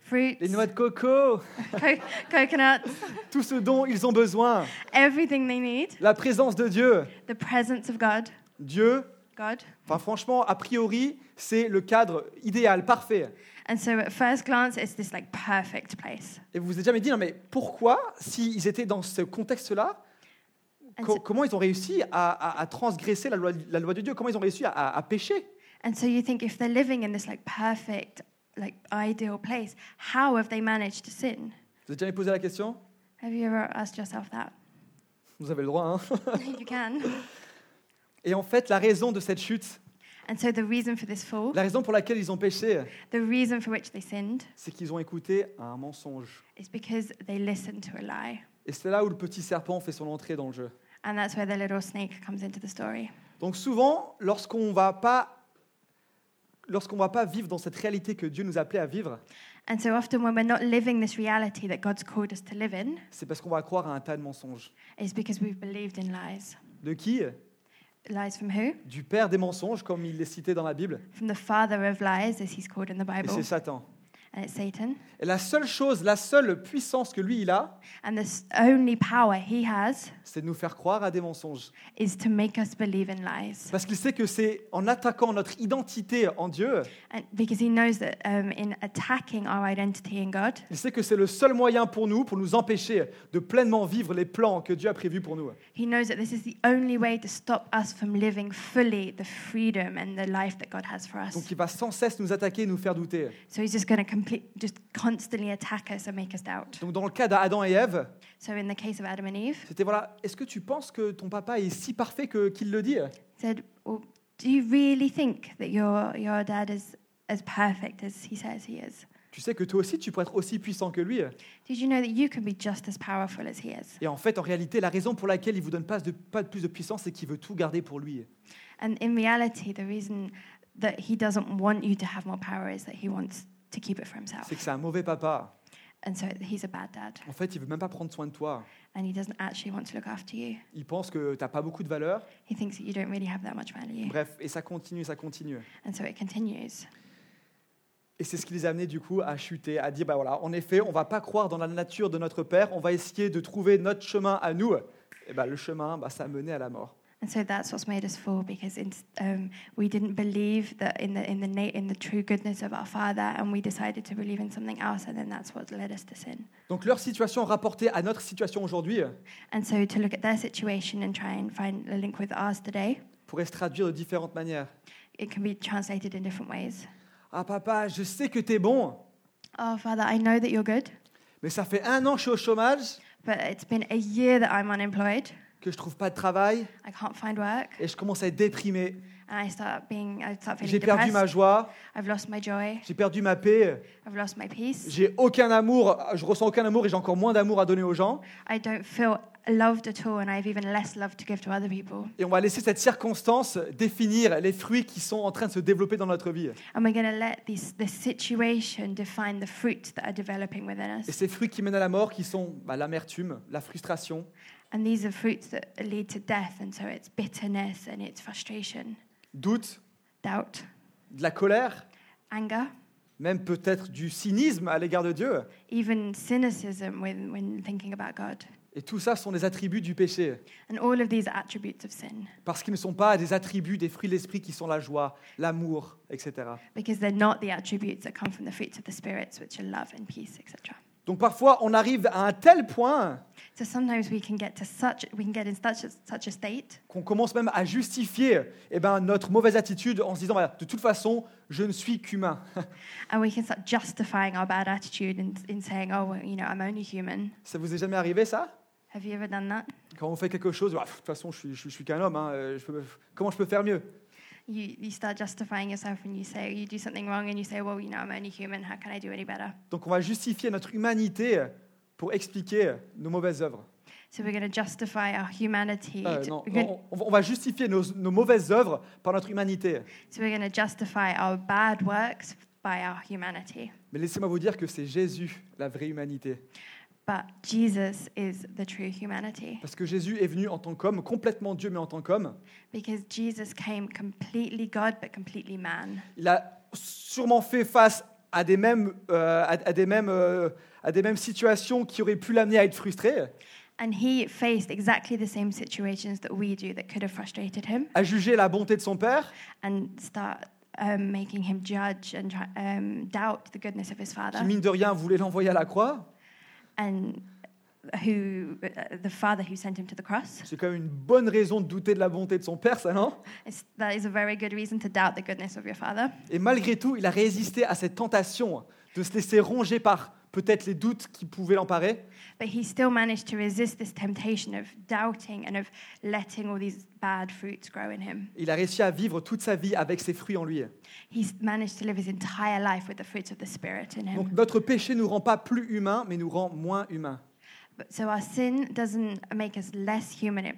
[SPEAKER 3] fruits,
[SPEAKER 2] les noix de coco,
[SPEAKER 3] co- coconuts,
[SPEAKER 2] tout ce dont ils ont besoin.
[SPEAKER 3] everything they need,
[SPEAKER 2] La présence de Dieu.
[SPEAKER 3] the presence of God.
[SPEAKER 2] Dieu,
[SPEAKER 3] God.
[SPEAKER 2] enfin franchement, a priori, c'est le cadre idéal, parfait.
[SPEAKER 3] And so at first glance, it's this like perfect place.
[SPEAKER 2] Et vous vous êtes jamais dit, non mais pourquoi, s'ils étaient dans ce contexte-là,
[SPEAKER 3] And
[SPEAKER 2] co-
[SPEAKER 3] so,
[SPEAKER 2] comment ils ont réussi à, à- à transgresser la loi, la loi de Dieu Comment ils ont réussi à, à- à pécher
[SPEAKER 3] and so you think if they're living in this like perfect, like ideal place, how have they managed to sin?
[SPEAKER 2] Vous êtes jamais posé la question
[SPEAKER 3] Have you ever asked yourself that?
[SPEAKER 2] Vous avez le droit, hein
[SPEAKER 3] you can.
[SPEAKER 2] Et en fait, la raison de cette chute,
[SPEAKER 3] And so the reason for this fall,
[SPEAKER 2] la raison pour laquelle ils ont péché,
[SPEAKER 3] the reason for which they sinned,
[SPEAKER 2] c'est qu'ils ont écouté un mensonge.
[SPEAKER 3] is because they listened to a lie.
[SPEAKER 2] Et c'est là où le petit serpent fait son entrée dans le jeu.
[SPEAKER 3] And that's where the little snake comes into the story.
[SPEAKER 2] Donc souvent, lorsqu'on va pas lorsqu'on va pas vivre dans cette réalité que Dieu nous appelait à vivre,
[SPEAKER 3] And so often when we're not living this reality that God's called us to live in,
[SPEAKER 2] c'est parce qu'on va croire à un tas de mensonges.
[SPEAKER 3] is because we've believed in lies.
[SPEAKER 2] De qui
[SPEAKER 3] Lies from who?
[SPEAKER 2] Du père des mensonges, comme il est cité dans la Bible,
[SPEAKER 3] From the father of lies, as he's called in the
[SPEAKER 2] et
[SPEAKER 3] Bible.
[SPEAKER 2] c'est Satan.
[SPEAKER 3] and it's Satan.
[SPEAKER 2] Et la seule chose, la seule puissance que lui, il a,
[SPEAKER 3] And the s- only power he has
[SPEAKER 2] c'est de nous faire croire à des mensonges.
[SPEAKER 3] is to make us believe in lies.
[SPEAKER 2] Parce qu'il sait que c'est en attaquant notre identité en Dieu,
[SPEAKER 3] And because he knows that um, in attacking our identity in God,
[SPEAKER 2] il sait que c'est le seul moyen pour nous, pour nous empêcher de pleinement vivre les plans que Dieu a prévus pour nous.
[SPEAKER 3] he knows that this is the only way to stop us from living fully the freedom and the life that God has for
[SPEAKER 2] Donc
[SPEAKER 3] us.
[SPEAKER 2] il va sans cesse nous attaquer et nous faire douter.
[SPEAKER 3] So he's just going to complete, just constantly attack us and make us doubt.
[SPEAKER 2] Donc dans le cas d'Adam et Ève,
[SPEAKER 3] So in the case of Adam and Eve,
[SPEAKER 2] c'était voilà, est-ce que tu penses que ton papa est si parfait que- qu'il le dit
[SPEAKER 3] he said, well, "Do you really think that your your dad is as perfect as he says he is?
[SPEAKER 2] Tu sais que toi aussi tu pourrais être aussi puissant que lui.
[SPEAKER 3] Did you know that you can be just as powerful as he is?"
[SPEAKER 2] Et en fait, en réalité, la raison pour laquelle il vous donne pas de, pas de plus de puissance, c'est qu'il veut tout garder pour lui.
[SPEAKER 3] And in reality, the reason that he doesn't want you to have more power is that he wants to keep it for himself.
[SPEAKER 2] C'est que c'est un mauvais papa.
[SPEAKER 3] And so he's a bad dad,
[SPEAKER 2] En fait, il veut même pas prendre soin de toi.
[SPEAKER 3] and he doesn't actually want to look after you.
[SPEAKER 2] Il pense que t'as pas beaucoup de valeur.
[SPEAKER 3] He thinks that you don't really have that much value.
[SPEAKER 2] Bref, et ça continue, ça continue.
[SPEAKER 3] And so it continues.
[SPEAKER 2] Et c'est ce qui les a amenés du coup à chuter, à dire bah voilà, en effet, on va pas croire dans la nature de notre père, on va essayer de trouver notre chemin à nous. Et bah le chemin, bah, ça menait à la mort.
[SPEAKER 3] And so that's what's made us fall because in, um, we didn't believe that in the in the na- in the true goodness of our Father, and we decided to believe in something else, and then that's what led us to sin.
[SPEAKER 2] Donc leur situation rapportée à notre situation aujourd'hui
[SPEAKER 3] And so to look at their situation and try and find a link with ours today,
[SPEAKER 2] pourrait se traduire de différentes manières.
[SPEAKER 3] it can be translated in different ways.
[SPEAKER 2] Ah papa, je sais que t'es bon,
[SPEAKER 3] Oh Father, I know that you're good,
[SPEAKER 2] mais ça fait un an que je suis au chômage,
[SPEAKER 3] but it's been a year that I'm unemployed.
[SPEAKER 2] que je trouve pas de travail
[SPEAKER 3] I can't find work,
[SPEAKER 2] et je commence à être déprimé.
[SPEAKER 3] and I start being I start feeling
[SPEAKER 2] J'ai perdu ma
[SPEAKER 3] depressed.
[SPEAKER 2] joie,
[SPEAKER 3] I've lost my joy.
[SPEAKER 2] j'ai perdu ma paix,
[SPEAKER 3] I've lost my peace.
[SPEAKER 2] j'ai aucun amour, je ressens aucun amour et j'ai encore moins d'amour à donner aux gens.
[SPEAKER 3] I don't feel loved at all, and I have even less love to give to other people.
[SPEAKER 2] Et on va laisser cette circonstance définir les fruits qui sont en train de se développer dans notre vie.
[SPEAKER 3] And we're going to let this, this situation define the fruit that are developing within
[SPEAKER 2] Et
[SPEAKER 3] us.
[SPEAKER 2] ces fruits qui mènent à la mort, qui sont bah, l'amertume, la frustration.
[SPEAKER 3] And these are fruits that lead to death. And so it's bitterness and it's frustration,
[SPEAKER 2] doute,
[SPEAKER 3] doubt,
[SPEAKER 2] de la colère,
[SPEAKER 3] anger,
[SPEAKER 2] même peut-être du cynisme à l'égard de Dieu.
[SPEAKER 3] even cynicism when, when thinking about God.
[SPEAKER 2] Et tout ça sont des attributs du péché,
[SPEAKER 3] And all of these are attributes of sin
[SPEAKER 2] parce qu'ils ne sont pas des attributs des fruits de l'esprit qui sont la joie, l'amour, etc.
[SPEAKER 3] because they're not the attributes that come from the fruits of the spirits, which are love and peace, etc.
[SPEAKER 2] Donc parfois, on arrive à un tel point
[SPEAKER 3] So sometimes we can get to such we can get in such a, such a state
[SPEAKER 2] qu'on commence même à justifier eh ben, notre mauvaise attitude en se disant, Voilà, de toute façon, je ne suis qu'humain.
[SPEAKER 3] And we can start justifying our bad attitude and in saying, oh, well, you know, I'm only human.
[SPEAKER 2] Ça vous est jamais arrivé, ça
[SPEAKER 3] Have you ever done that?
[SPEAKER 2] Quand on fait quelque chose, bah, pff, de toute façon, je suis, je suis- je suis qu'un homme. hein, euh, je peux- comment je peux faire mieux
[SPEAKER 3] You, you start justifying yourself and you say, you do something wrong and you say, well, you know, I'm only human. How can I do any better?
[SPEAKER 2] Donc, on va justifier notre humanité pour expliquer nos mauvaises œuvres.
[SPEAKER 3] So we're going to justify our humanity.
[SPEAKER 2] Euh,
[SPEAKER 3] to-
[SPEAKER 2] non,
[SPEAKER 3] we're gonna-
[SPEAKER 2] non, on, on va justifier nos, nos mauvaises œuvres par notre humanité.
[SPEAKER 3] so we're going to justify our bad works by our humanity.
[SPEAKER 2] Mais laissez-moi vous dire que c'est Jésus, la vraie humanité.
[SPEAKER 3] But Jesus is the true humanity
[SPEAKER 2] Parce que Jésus est venu en tant qu'homme, complètement Dieu, mais en tant qu'homme.
[SPEAKER 3] because Jesus came completely God but completely man.
[SPEAKER 2] Il a sûrement fait face à des mêmes, euh, à, à des mêmes, euh, à des mêmes situations qui auraient pu l'amener à être frustré,
[SPEAKER 3] And he faced exactly the same situations that we do that could have frustrated him.
[SPEAKER 2] à juger la bonté de son Père.
[SPEAKER 3] and start um, making him judge and try, um, doubt the goodness of his
[SPEAKER 2] qui,
[SPEAKER 3] father
[SPEAKER 2] mine de rien, voulait l'envoyer à la croix.
[SPEAKER 3] and who uh, the father who sent him to the cross.
[SPEAKER 2] C'est quand même une bonne raison de douter de la bonté de son père, ça, non
[SPEAKER 3] It's, that is a very good reason to doubt the goodness of your father.
[SPEAKER 2] Et malgré tout, il a résisté à cette tentation de se laisser ronger par peut-être les doutes qui pouvaient l'emparer.
[SPEAKER 3] But he still managed to resist this temptation of doubting and of letting all these bad fruits grow in him.
[SPEAKER 2] Il a réussi à vivre toute sa vie avec ses fruits en lui.
[SPEAKER 3] He's managed to live his entire life with the fruits of the spirit in
[SPEAKER 2] Donc
[SPEAKER 3] him.
[SPEAKER 2] notre péché nous rend pas plus humains, mais nous rend moins humains.
[SPEAKER 3] But, so our sin doesn't make us less human. It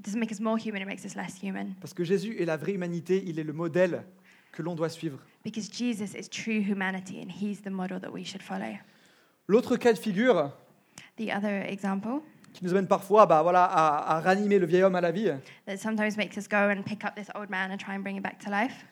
[SPEAKER 3] doesn't make us more human. It makes us less human
[SPEAKER 2] Parce que Jésus est la vraie humanité, il est le modèle que l'on doit suivre.
[SPEAKER 3] because Jesus is true humanity and he's the model that we should follow.
[SPEAKER 2] L'autre cas de figure
[SPEAKER 3] The other example
[SPEAKER 2] qui nous amène parfois bah, voilà, à, à ranimer le vieil homme à la vie,
[SPEAKER 3] that sometimes makes us go and pick up this old man and try and bring him back to life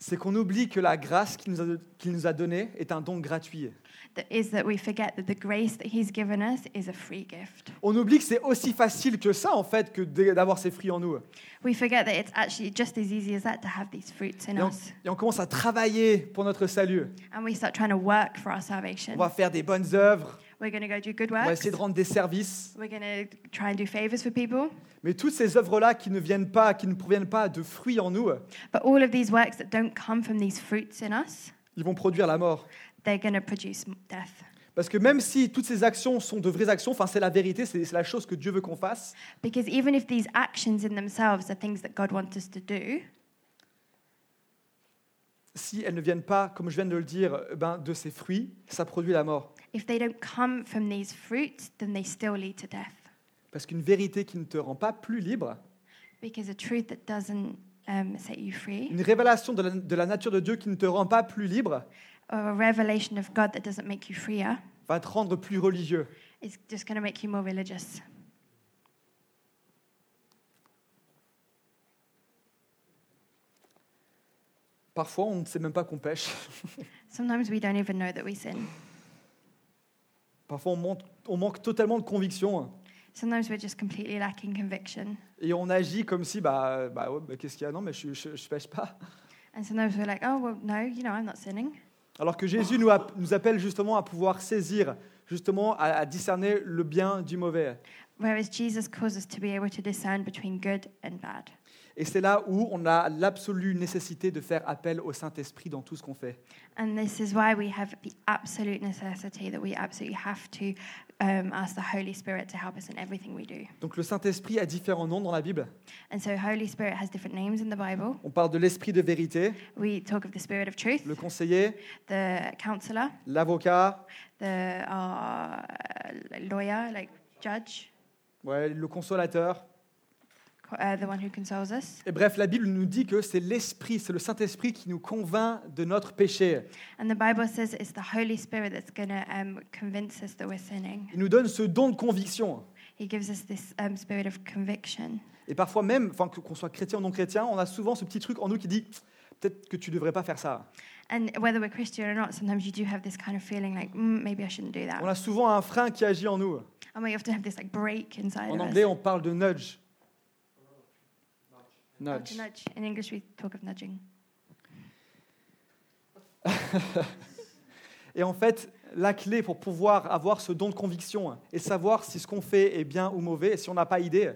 [SPEAKER 2] c'est qu'on oublie que la grâce qu'il nous, a- qu'il nous a donnée est un don gratuit.
[SPEAKER 3] that is that we forget that the grace that He's given us is a free gift.
[SPEAKER 2] On oublie que c'est aussi facile que ça, en fait, que d- d'avoir ces fruits en nous.
[SPEAKER 3] We forget that it's actually just as easy as that to have these fruits in
[SPEAKER 2] Et on,
[SPEAKER 3] us.
[SPEAKER 2] et on commence à travailler pour notre salut.
[SPEAKER 3] And we start trying to work for our
[SPEAKER 2] On
[SPEAKER 3] salvation.
[SPEAKER 2] va faire des bonnes œuvres,
[SPEAKER 3] We're going to go do good
[SPEAKER 2] on va
[SPEAKER 3] works.
[SPEAKER 2] essayer de rendre des services.
[SPEAKER 3] We're going to try and do favors for people.
[SPEAKER 2] Mais toutes ces œuvres-là qui ne viennent pas, qui ne proviennent pas de fruits en nous,
[SPEAKER 3] But all of these works that don't come from these fruits in us,
[SPEAKER 2] ils vont produire la mort.
[SPEAKER 3] they're going to produce m- death.
[SPEAKER 2] Parce que même si toutes ces actions sont de vraies actions, enfin c'est la vérité, c'est c'est la chose que Dieu veut qu'on fasse,
[SPEAKER 3] Because even if these actions in themselves are things that God wants us to do,
[SPEAKER 2] si elles ne viennent pas, comme je viens de le dire, euh, ben, de ces fruits, ça produit la mort.
[SPEAKER 3] if they don't come from these fruits, then they still lead to death.
[SPEAKER 2] Parce qu'une vérité qui ne te rend pas plus libre,
[SPEAKER 3] Because a truth that doesn't um, set you free,
[SPEAKER 2] une révélation de la, de la nature de Dieu qui ne te rend pas plus libre,
[SPEAKER 3] or a revelation of God that doesn't make you freer,
[SPEAKER 2] va te rendre plus religieux.
[SPEAKER 3] is just going to make you more religious.
[SPEAKER 2] Parfois, on ne sait même pas qu'on pêche.
[SPEAKER 3] Sometimes we don't even know that we sin.
[SPEAKER 2] Parfois, on manque, on manque totalement de conviction hein.
[SPEAKER 3] Sometimes we're just completely lacking conviction.
[SPEAKER 2] et on agit comme si, bah, euh, bah, ouais, bah, qu'est-ce qu'il y a Non, mais je, je, je pêche pas.
[SPEAKER 3] And sometimes we're like, oh, well, no, you know, I'm not sinning.
[SPEAKER 2] Alors que Jésus nous, app- nous appelle justement à pouvoir saisir, justement à, à discerner le bien du mauvais.
[SPEAKER 3] Whereas Jesus calls us to be able to discern between good and bad.
[SPEAKER 2] Et c'est là où on a l'absolue nécessité de faire appel au Saint-Esprit dans tout ce qu'on fait.
[SPEAKER 3] And this is why we have the absolute necessity that we absolutely have to um, ask the Holy Spirit to help us in everything we do.
[SPEAKER 2] Donc le Saint-Esprit a différents noms dans la Bible.
[SPEAKER 3] And so, Holy Spirit has different names in the Bible.
[SPEAKER 2] On parle de l'Esprit de vérité,
[SPEAKER 3] We talk of the Spirit of Truth,
[SPEAKER 2] le conseiller,
[SPEAKER 3] the Counselor,
[SPEAKER 2] l'avocat,
[SPEAKER 3] the uh, lawyer, like judge,
[SPEAKER 2] ouais, le consolateur.
[SPEAKER 3] co- uh, the one who consoles us.
[SPEAKER 2] Et bref, la Bible nous dit que c'est l'Esprit, c'est le Saint-Esprit qui nous convainc de notre péché.
[SPEAKER 3] And the Bible says it's the Holy Spirit that's going to um, convince us that we're sinning.
[SPEAKER 2] Il nous donne ce don de conviction.
[SPEAKER 3] He gives us this um, spirit of conviction.
[SPEAKER 2] Et parfois même, enfin, que- qu'on soit chrétien ou non chrétien, on a souvent ce petit truc en nous qui dit peut-être que tu ne devrais pas faire ça.
[SPEAKER 3] And whether we're Christian or not, sometimes you do have this kind of feeling like, mm, maybe I shouldn't do that.
[SPEAKER 2] On a souvent un frein qui agit en nous.
[SPEAKER 3] And we often have this like break inside
[SPEAKER 2] En
[SPEAKER 3] of
[SPEAKER 2] anglais,
[SPEAKER 3] us.
[SPEAKER 2] on parle de nudge.
[SPEAKER 3] Oh, to
[SPEAKER 2] Nudge.
[SPEAKER 3] nudge. In English, we talk of nudging.
[SPEAKER 2] Et en fait, la clé pour pouvoir avoir ce don de conviction et savoir si ce qu'on fait est bien ou mauvais, et si on n'a pas idée,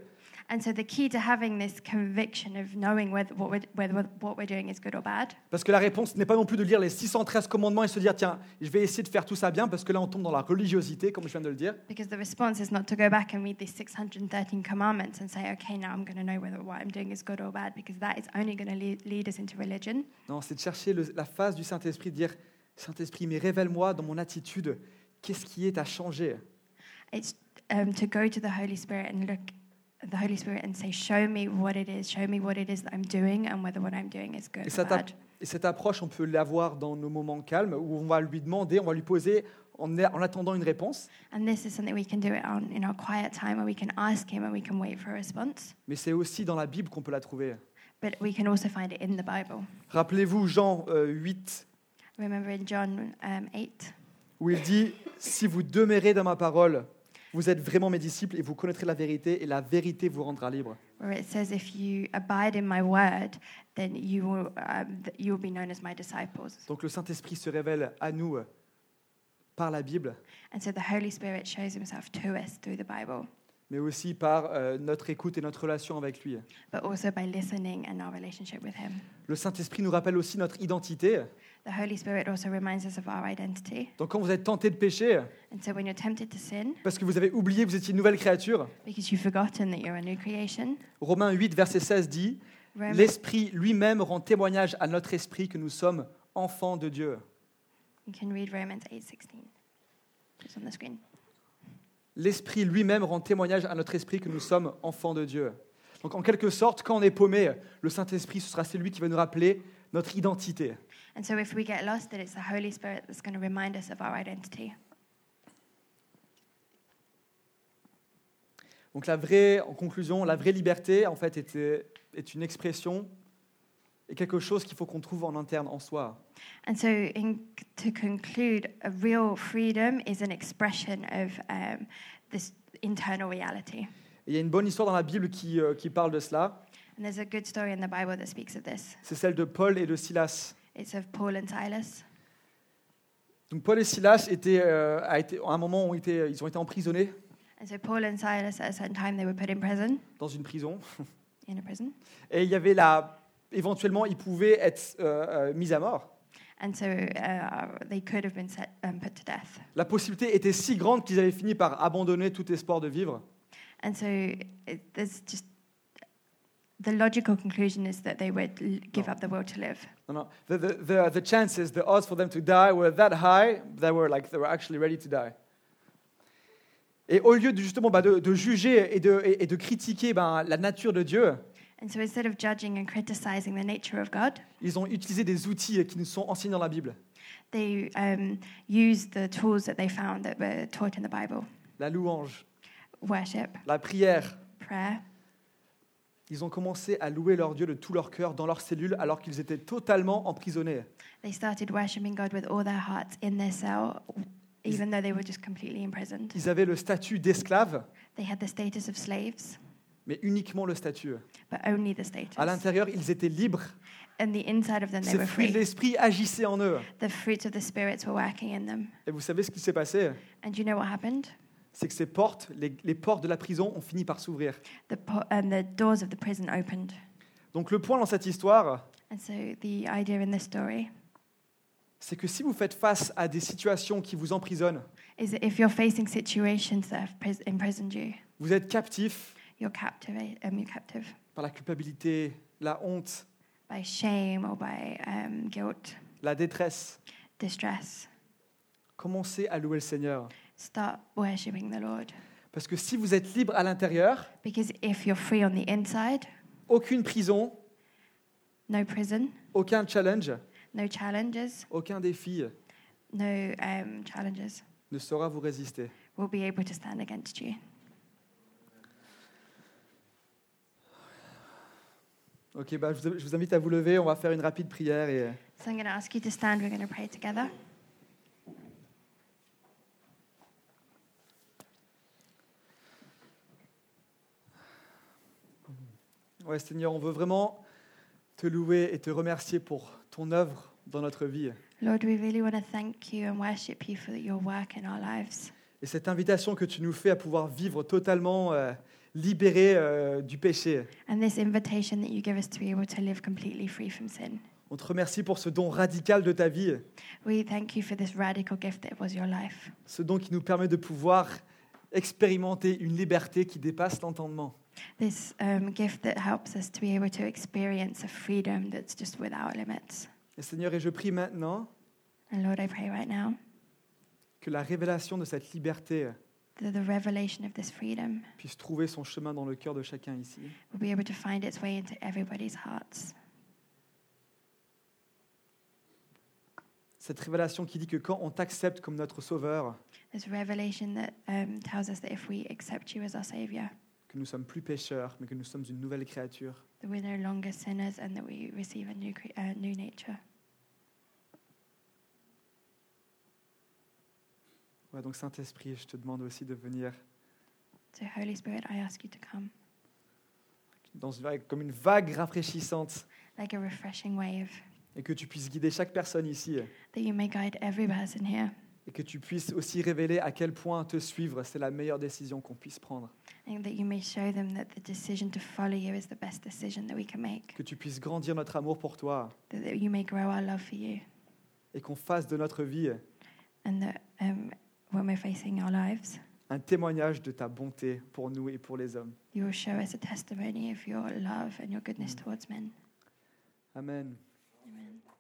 [SPEAKER 3] And so the key to having this conviction of knowing whether what we're, whether what we're doing is good or bad,
[SPEAKER 2] parce que la réponse n'est pas non plus de lire les 613 commandements et se dire tiens, je vais essayer de faire tout ça bien, parce que là on tombe dans la religiosité, comme je viens de le dire.
[SPEAKER 3] because the response is not to go back and read these 613 commandments and say, okay, now I'm going to know whether what I'm doing is good or bad, because that is only going to lead, lead us into religion.
[SPEAKER 2] Non, c'est de chercher le- la face du Saint-Esprit, de dire Saint-Esprit, mais révèle-moi dans mon attitude, qu'est-ce qui est à changer
[SPEAKER 3] It's um, to go to the Holy Spirit and look at the Holy Spirit and say, show me what it is, show me what it is that I'm doing, and whether what I'm doing is good
[SPEAKER 2] Et
[SPEAKER 3] or
[SPEAKER 2] cette,
[SPEAKER 3] bad.
[SPEAKER 2] app- et cette approche, on peut l'avoir dans nos moments calmes, où on va lui demander, on va lui poser en, a- en attendant une réponse.
[SPEAKER 3] And this is something we can do it on in our quiet time where we can ask him and we can wait for a response.
[SPEAKER 2] Mais c'est aussi dans la Bible qu'on peut la trouver.
[SPEAKER 3] But we can also find it in the Bible.
[SPEAKER 2] Rappelez-vous Jean euh, 8,
[SPEAKER 3] Remember in John um, 8,
[SPEAKER 2] où il dit Si vous demeurez dans ma parole, vous êtes vraiment mes disciples et vous connaîtrez la vérité, et la vérité vous rendra libre.
[SPEAKER 3] where it says, If you abide in my word, then you will, um, th- you will be known as my disciples.
[SPEAKER 2] Donc le Saint-Esprit se révèle à nous euh, par la Bible,
[SPEAKER 3] And so the Holy Spirit shows himself to us through the Bible,
[SPEAKER 2] mais aussi par euh, notre écoute et notre relation avec lui.
[SPEAKER 3] but also by listening and our relationship with him.
[SPEAKER 2] Le Saint-Esprit nous rappelle aussi notre identité.
[SPEAKER 3] The Holy Spirit also reminds us of our identity.
[SPEAKER 2] Donc quand vous êtes tenté de pécher,
[SPEAKER 3] And so when you're tempted to sin,
[SPEAKER 2] parce que vous avez oublié que vous étiez une nouvelle créature,
[SPEAKER 3] because you've forgotten that you're a new creation,
[SPEAKER 2] Romains 8, verset 16 dit,
[SPEAKER 3] Romans
[SPEAKER 2] L'Esprit lui-même rend témoignage à notre esprit que nous sommes enfants de Dieu.
[SPEAKER 3] You can read Romans 8:16. It's on the screen.
[SPEAKER 2] L'Esprit lui-même rend témoignage à notre esprit que nous sommes enfants de Dieu. Donc en quelque sorte, quand on est paumé, le Saint-Esprit, ce sera celui qui va nous rappeler notre identité.
[SPEAKER 3] And so if we get lost, then it's the Holy Spirit that's going to remind us of our identity.
[SPEAKER 2] euh, Donc la vraie, en conclusion, la vraie liberté, en fait, était- est une expression, et quelque chose qu'il faut qu'on trouve en interne, en soi.
[SPEAKER 3] And so, in, to conclude, a real freedom is an expression of um, this internal reality.
[SPEAKER 2] Et il y a une bonne histoire dans la Bible qui, euh, qui parle de cela.
[SPEAKER 3] And there's a good story in the Bible that speaks of this.
[SPEAKER 2] C'est celle de Paul et de Silas.
[SPEAKER 3] It's of Paul and Silas.
[SPEAKER 2] Donc Paul et Silas étaient, euh, a été, à un moment, ont été, ils ont été emprisonnés
[SPEAKER 3] And so, Paul and Silas, at a certain time, they were put in prison,
[SPEAKER 2] dans une prison.
[SPEAKER 3] in a prison.
[SPEAKER 2] Et il y avait la... Éventuellement, ils pouvaient être euh, euh, mis à mort.
[SPEAKER 3] And so, uh, they could have been set, um, put to death.
[SPEAKER 2] La possibilité était si grande qu'ils avaient fini par abandonner tout espoir de vivre.
[SPEAKER 3] And so, it, there's just the logical conclusion is that they would l- give
[SPEAKER 2] No.
[SPEAKER 3] up the will to live.
[SPEAKER 2] Non, non. The, the, the, the chances, the odds for them to die were that high, they were like, they were actually ready to die. Et au lieu de, justement bah, de, de juger et de, et, et de critiquer ben, la nature de Dieu,
[SPEAKER 3] And so, instead of judging and criticizing the nature of God,
[SPEAKER 2] ils ont utilisé des outils qui nous sont enseignés dans la Bible.
[SPEAKER 3] they um, used the tools that they found that were taught in the Bible
[SPEAKER 2] La louange,
[SPEAKER 3] worship,
[SPEAKER 2] la prière.
[SPEAKER 3] prayer.
[SPEAKER 2] Ils ont commencé à louer leur Dieu de tout leur cœur dans leur cellule alors qu'ils étaient totalement emprisonnés.
[SPEAKER 3] They started worshiping God with all their hearts in their cell, even though they were just completely imprisoned.
[SPEAKER 2] Ils avaient le statut d'esclave,
[SPEAKER 3] They had the status of slaves,
[SPEAKER 2] mais uniquement le statut.
[SPEAKER 3] but only the
[SPEAKER 2] À
[SPEAKER 3] status.
[SPEAKER 2] l'intérieur, ils étaient libres.
[SPEAKER 3] And the inside of them, they
[SPEAKER 2] Ces
[SPEAKER 3] were
[SPEAKER 2] fruits de
[SPEAKER 3] free.
[SPEAKER 2] l'esprit agissaient en eux.
[SPEAKER 3] The fruits of the spirits were working in them.
[SPEAKER 2] Et vous savez ce qui s'est passé
[SPEAKER 3] And you know what happened?
[SPEAKER 2] c'est que ces portes, les, les portes de la prison ont fini par s'ouvrir.
[SPEAKER 3] The po- and the doors of the prison opened.
[SPEAKER 2] Donc le point dans cette histoire,
[SPEAKER 3] And so the idea in this story
[SPEAKER 2] c'est que si vous faites face à des situations qui vous emprisonnent,
[SPEAKER 3] is that if you're facing situations that have pris- imprisoned you,
[SPEAKER 2] vous êtes captif
[SPEAKER 3] you're captivate, um, you're captive.
[SPEAKER 2] par la culpabilité, la honte,
[SPEAKER 3] by shame or by um, guilt,
[SPEAKER 2] la détresse,
[SPEAKER 3] distress.
[SPEAKER 2] commencez à louer le Seigneur.
[SPEAKER 3] Start worshipping the Lord.
[SPEAKER 2] Parce que si vous êtes libre à l'intérieur,
[SPEAKER 3] Because if you're free on the inside,
[SPEAKER 2] aucune prison,
[SPEAKER 3] no prison,
[SPEAKER 2] aucun challenge,
[SPEAKER 3] no challenges,
[SPEAKER 2] aucun défi
[SPEAKER 3] no um, challenges
[SPEAKER 2] ne saura vous résister.
[SPEAKER 3] will be able to stand against you.
[SPEAKER 2] Ok, bah, je vous- je vous invite à vous lever, on va faire une rapide prière. Et...
[SPEAKER 3] So I'm going to ask you to stand. We're going to pray together.
[SPEAKER 2] Ouais, Seigneur, on veut vraiment te louer et te remercier pour ton œuvre dans notre vie.
[SPEAKER 3] Lord, we really want to thank you and worship you for your work in our lives.
[SPEAKER 2] Et cette invitation que tu nous fais à pouvoir vivre totalement euh, libéré euh, du péché.
[SPEAKER 3] And this invitation that you give us to be able to live completely free from sin.
[SPEAKER 2] On te remercie pour ce don radical de ta vie,
[SPEAKER 3] We thank you for this radical gift that was your life.
[SPEAKER 2] ce don qui nous permet de pouvoir expérimenter une liberté qui dépasse l'entendement.
[SPEAKER 3] this um, gift that helps us to be able to experience a freedom that's just without limits.
[SPEAKER 2] Et Seigneur, et je prie maintenant
[SPEAKER 3] And Lord, I pray right now
[SPEAKER 2] que la révélation de cette liberté
[SPEAKER 3] that the revelation of this freedom
[SPEAKER 2] puisse trouver son chemin dans le cœur de chacun ici.
[SPEAKER 3] will be able to find its way into everybody's hearts.
[SPEAKER 2] Cette révélation qui dit que quand on t'accepte comme notre sauveur,
[SPEAKER 3] This revelation that um, tells us that if we accept you as our Savior,
[SPEAKER 2] que nous sommes plus pécheurs, mais que nous sommes une nouvelle créature.
[SPEAKER 3] that we're no longer sinners and that we receive a new, cre- uh, new nature.
[SPEAKER 2] Ouais, donc Saint-Esprit, je te demande aussi de venir
[SPEAKER 3] So, Holy Spirit, I ask you to come
[SPEAKER 2] dans une vague- comme une vague rafraîchissante
[SPEAKER 3] like a refreshing wave,
[SPEAKER 2] et que tu puisses guider chaque personne ici
[SPEAKER 3] that you may guide every person here,
[SPEAKER 2] et que tu puisses aussi révéler à quel point te suivre, c'est la meilleure décision qu'on puisse prendre.
[SPEAKER 3] and that you may show them that the decision to follow you is the best decision that we can make,
[SPEAKER 2] Que tu puisses grandir notre amour pour toi
[SPEAKER 3] that- that you may grow our love for you.
[SPEAKER 2] et qu'on fasse de notre vie
[SPEAKER 3] and that um, when we're facing our lives,
[SPEAKER 2] un témoignage de ta bonté pour nous et pour les hommes.
[SPEAKER 3] you will show us a testimony of your love and your goodness towards men.
[SPEAKER 2] Amen.
[SPEAKER 3] Amen.